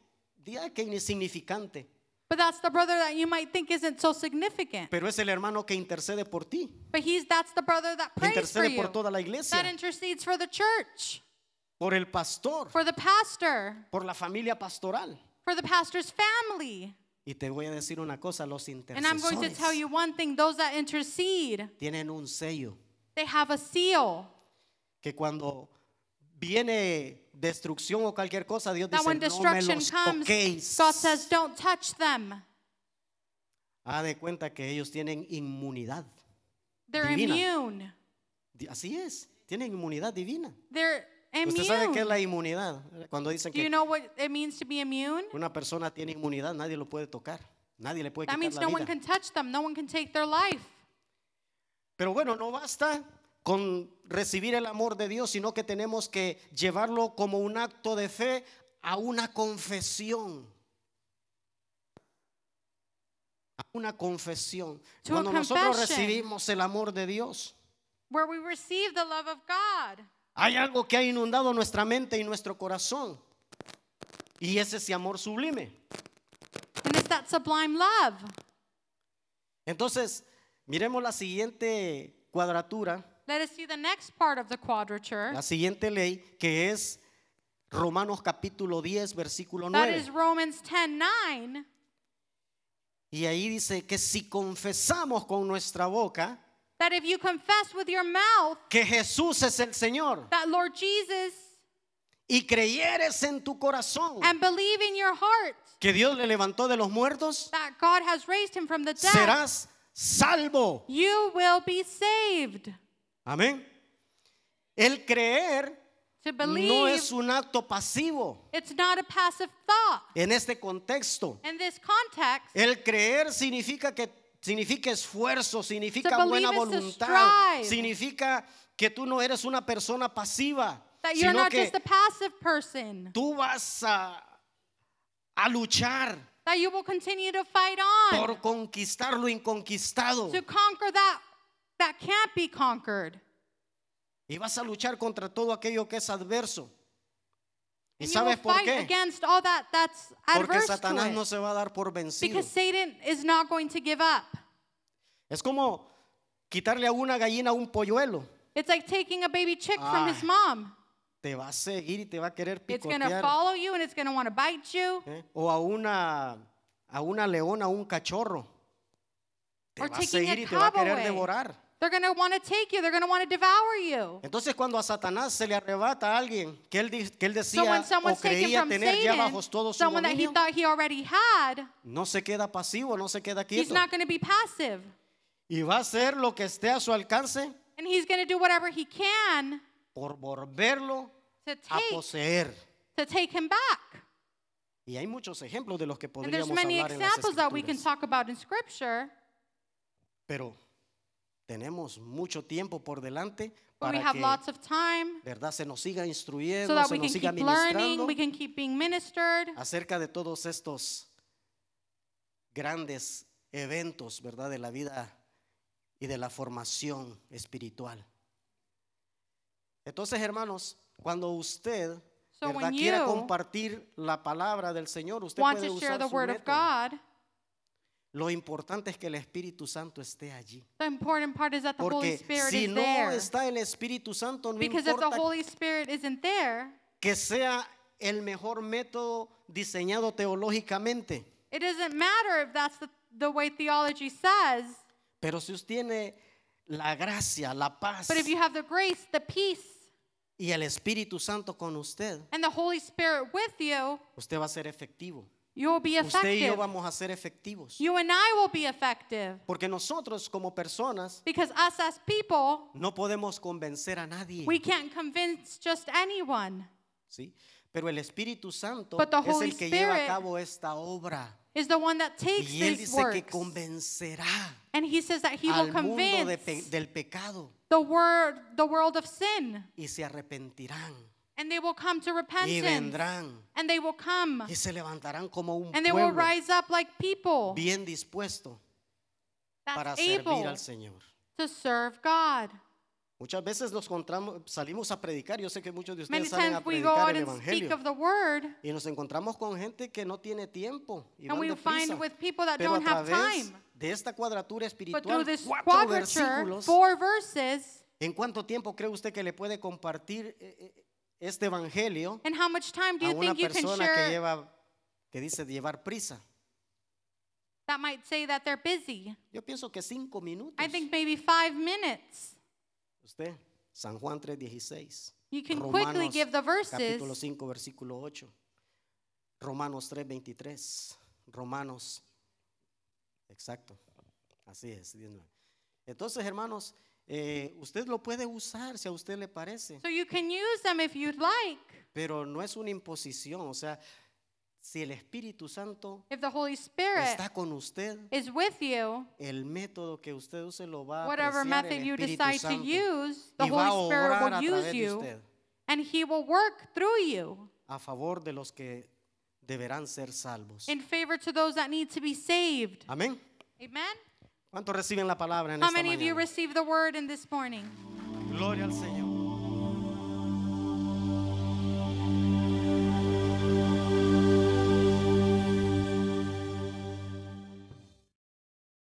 S1: digas que insignificante,
S2: But that's the brother that you might think isn't so significant.
S1: pero es el hermano que intercede por ti,
S2: But he's that's the brother that
S1: que
S2: prays for
S1: intercede
S2: you.
S1: por toda la
S2: That
S1: iglesia,
S2: intercedes for the church,
S1: por el pastor,
S2: for the pastor,
S1: por la familia pastoral.
S2: for the pastor's family.
S1: Y te voy a decir una cosa, los
S2: And I'm going to tell
S1: intercesores
S2: you one thing those that intercede,
S1: tienen un sello.
S2: they have a seal.
S1: que cuando viene destrucción o cualquier cosa, Dios
S2: That
S1: dice,
S2: when
S1: no me
S2: destruction
S1: los
S2: comes,
S1: toquéis.
S2: God says, don't touch them.
S1: Ha Ah, de cuenta que ellos tienen inmunidad.
S2: They're
S1: Divina.
S2: immune.
S1: Di- Así es, tienen inmunidad divina.
S2: They're
S1: ¿Usted sabe qué es
S2: immune.
S1: la inmunidad? Cuando dicen
S2: Do you
S1: que
S2: know what it means to be immune?
S1: una persona tiene inmunidad, nadie lo puede tocar, nadie le puede
S2: That
S1: quitar
S2: means
S1: la
S2: no
S1: vida.
S2: one can touch them, no one can take their life.
S1: Pero bueno, no basta con recibir el amor de Dios, sino que tenemos que llevarlo como un acto de fe a una confesión. A una confesión.
S2: To a
S1: Cuando nosotros
S2: confession.
S1: recibimos el amor de Dios,
S2: Where we receive the love of God.
S1: hay algo que ha inundado nuestra mente y nuestro corazón. Y es ese amor sublime.
S2: And it's that sublime love.
S1: Entonces, miremos la siguiente cuadratura,
S2: Let us see the next part of the quadrature.
S1: la siguiente ley, que es Romanos capítulo 10, versículo 9.
S2: That is Romans 10 9.
S1: Y ahí dice que si confesamos con nuestra boca
S2: That if you confess with your mouth
S1: que Jesús es el Señor
S2: that Lord Jesus
S1: y creyeres en tu corazón
S2: and believe in your heart
S1: que Dios le levantó de los muertos,
S2: that God has raised him from the dead,
S1: serás salvo.
S2: you will be saved.
S1: Amén. El creer
S2: To believe,
S1: no es un acto pasivo
S2: it's not a passive thought.
S1: en este contexto.
S2: In this context,
S1: El creer significa que significa esfuerzo, significa
S2: To
S1: buena
S2: believe is to
S1: voluntad,
S2: strive.
S1: significa que tú no eres una persona pasiva,
S2: that you're
S1: sino
S2: not
S1: que
S2: just a passive person,
S1: tú vas a, a luchar
S2: that you will continue to fight on
S1: por conquistar lo inconquistado
S2: to conquer that that can't be conquered.
S1: y vas a luchar contra todo aquello que es adverso. ¿Y
S2: And you will
S1: sabes por
S2: fight
S1: qué?
S2: against all that that's
S1: Porque
S2: adverse
S1: Satanás
S2: to it.
S1: no se va a dar por vencido.
S2: because Satan is not going to give up.
S1: Es como quitarle a una gallina un polluelo.
S2: It's like taking a baby chick from
S1: Ah.
S2: his mom.
S1: Te va a seguir y te va a querer
S2: It's going to
S1: picotear.
S2: follow you and it's going to want to bite you
S1: ¿eh? O a una, a una leona, un cachorro. Te
S2: Or
S1: va a
S2: taking a
S1: seguir y te va a querer
S2: cowboy.
S1: devorar.
S2: They're going to want to take you. They're going to want to devour you.
S1: Entonces cuando a Satanás se le arrebata a alguien que él, di- que él
S2: So
S1: decía
S2: when
S1: o
S2: someone's taken
S1: creía
S2: from
S1: tener ya bajo
S2: Satan,
S1: todo su
S2: someone that he
S1: dominio,
S2: thought he already had,
S1: no se queda pasivo, no se queda
S2: he's
S1: quieto.
S2: not going to be passive.
S1: Y va a hacer lo que esté a su alcance
S2: And he's going to do whatever he can
S1: por volverlo
S2: to
S1: a
S2: take,
S1: poseer.
S2: to take him back.
S1: Y hay muchos ejemplos de los que
S2: And there's
S1: podríamos
S2: many
S1: hablar en las
S2: examples that we can
S1: escrituras.
S2: talk about in Scripture,
S1: Pero tenemos mucho tiempo por delante
S2: but we
S1: para
S2: have
S1: que
S2: lots of time
S1: verdad se nos siga
S2: so
S1: instruyendo,
S2: that
S1: se
S2: we can
S1: nos siga
S2: keep learning,
S1: ministrando
S2: we can keep being ministered
S1: acerca de todos estos grandes eventos, ¿verdad? De la vida y de la formación espiritual. Entonces, hermanos, cuando usted
S2: So
S1: ¿verdad?
S2: when
S1: quiera
S2: you
S1: compartir la palabra del Señor, usted
S2: want
S1: puede
S2: to share
S1: usar
S2: the
S1: su
S2: word of
S1: método.
S2: God.
S1: Lo importante es que el Espíritu Santo esté allí.
S2: The important part is that the Holy
S1: Porque
S2: Spirit
S1: si
S2: is
S1: no
S2: there.
S1: está el Espíritu Santo, no
S2: Because if the
S1: importa
S2: Holy Spirit isn't there,
S1: que sea el mejor método diseñado teológicamente.
S2: It doesn't matter if that's the, the way theology says,
S1: Pero si usted tiene la gracia, la paz
S2: but if you have the grace, the peace,
S1: y el Espíritu Santo con usted,
S2: and the Holy Spirit with you,
S1: usted va a ser efectivo.
S2: you will be
S1: Usted y yo
S2: effective.
S1: vamos a ser efectivos.
S2: You and I will be effective
S1: Porque nosotros como personas
S2: because us as people,
S1: no podemos convencer a nadie.
S2: we can't convince just anyone.
S1: ¿sí? Pero el Espíritu Santo
S2: But the
S1: es
S2: Holy
S1: el que lleva a
S2: Spirit
S1: cabo esta obra.
S2: Is the one that takes
S1: Y Él
S2: these
S1: dice que
S2: works,
S1: convencerá
S2: and he says that he will
S1: al mundo de pe-
S2: convince
S1: del pecado
S2: the word, the world of sin,
S1: y se arrepentirán
S2: and they will come to
S1: y
S2: repentance,
S1: vendrán
S2: and they will come,
S1: y se levantarán como un
S2: and they will
S1: pueblo
S2: rise up like people
S1: bien dispuesto para
S2: that's
S1: servir
S2: able
S1: al Señor.
S2: to serve God.
S1: Muchas veces nos encontramos, salimos a predicar, yo sé que muchos de
S2: Many
S1: ustedes salen a
S2: times we go
S1: predicar
S2: out
S1: el
S2: and speak
S1: Evangelio
S2: of the word,
S1: y nos encontramos con gente que no tiene tiempo y
S2: and
S1: van
S2: we
S1: deprisa.
S2: find with people that
S1: Pero a
S2: don't have
S1: través
S2: time.
S1: de esta cuadratura
S2: But through
S1: espiritual,
S2: this
S1: cuatro
S2: quadrature,
S1: versículos,
S2: four verses,
S1: ¿en cuánto tiempo cree usted que le puede compartir eh, eh, este evangelio
S2: and how much time do
S1: a
S2: you
S1: una
S2: think you can
S1: persona que
S2: share?
S1: lleva, que dice llevar prisa?
S2: That might say that they're busy.
S1: Yo pienso que cinco minutos.
S2: I think maybe five minutes.
S1: Usted, San Juan 3.16.
S2: You can quickly
S1: Romanos
S2: give the
S1: capítulo
S2: verses
S1: 5, versículo 8. Romanos 3.23. Romanos. Exacto. Así es. 19. Entonces, hermanos, eh, usted lo puede usar si a usted le parece,
S2: so you can use them if you'd like.
S1: pero no es una imposición. O sea, si el Espíritu Santo
S2: If the Holy Spirit
S1: está con usted,
S2: is with you,
S1: el método que usted use lo va a
S2: whatever
S1: apreciar el
S2: method you
S1: Espíritu
S2: decide to
S1: Santo
S2: use, the
S1: y va a
S2: Holy Spirit
S1: obrar
S2: will
S1: a
S2: use
S1: través de
S2: you
S1: usted.
S2: and He will work through you
S1: a favor de los que deberán ser salvos.
S2: in favor to those that need to be saved.
S1: Amén.
S2: Amen?
S1: ¿Cuántos reciben la palabra Ah. en
S2: How
S1: esta
S2: many of you
S1: mañana?
S2: receive the word in this morning?
S1: Gloria al Señor.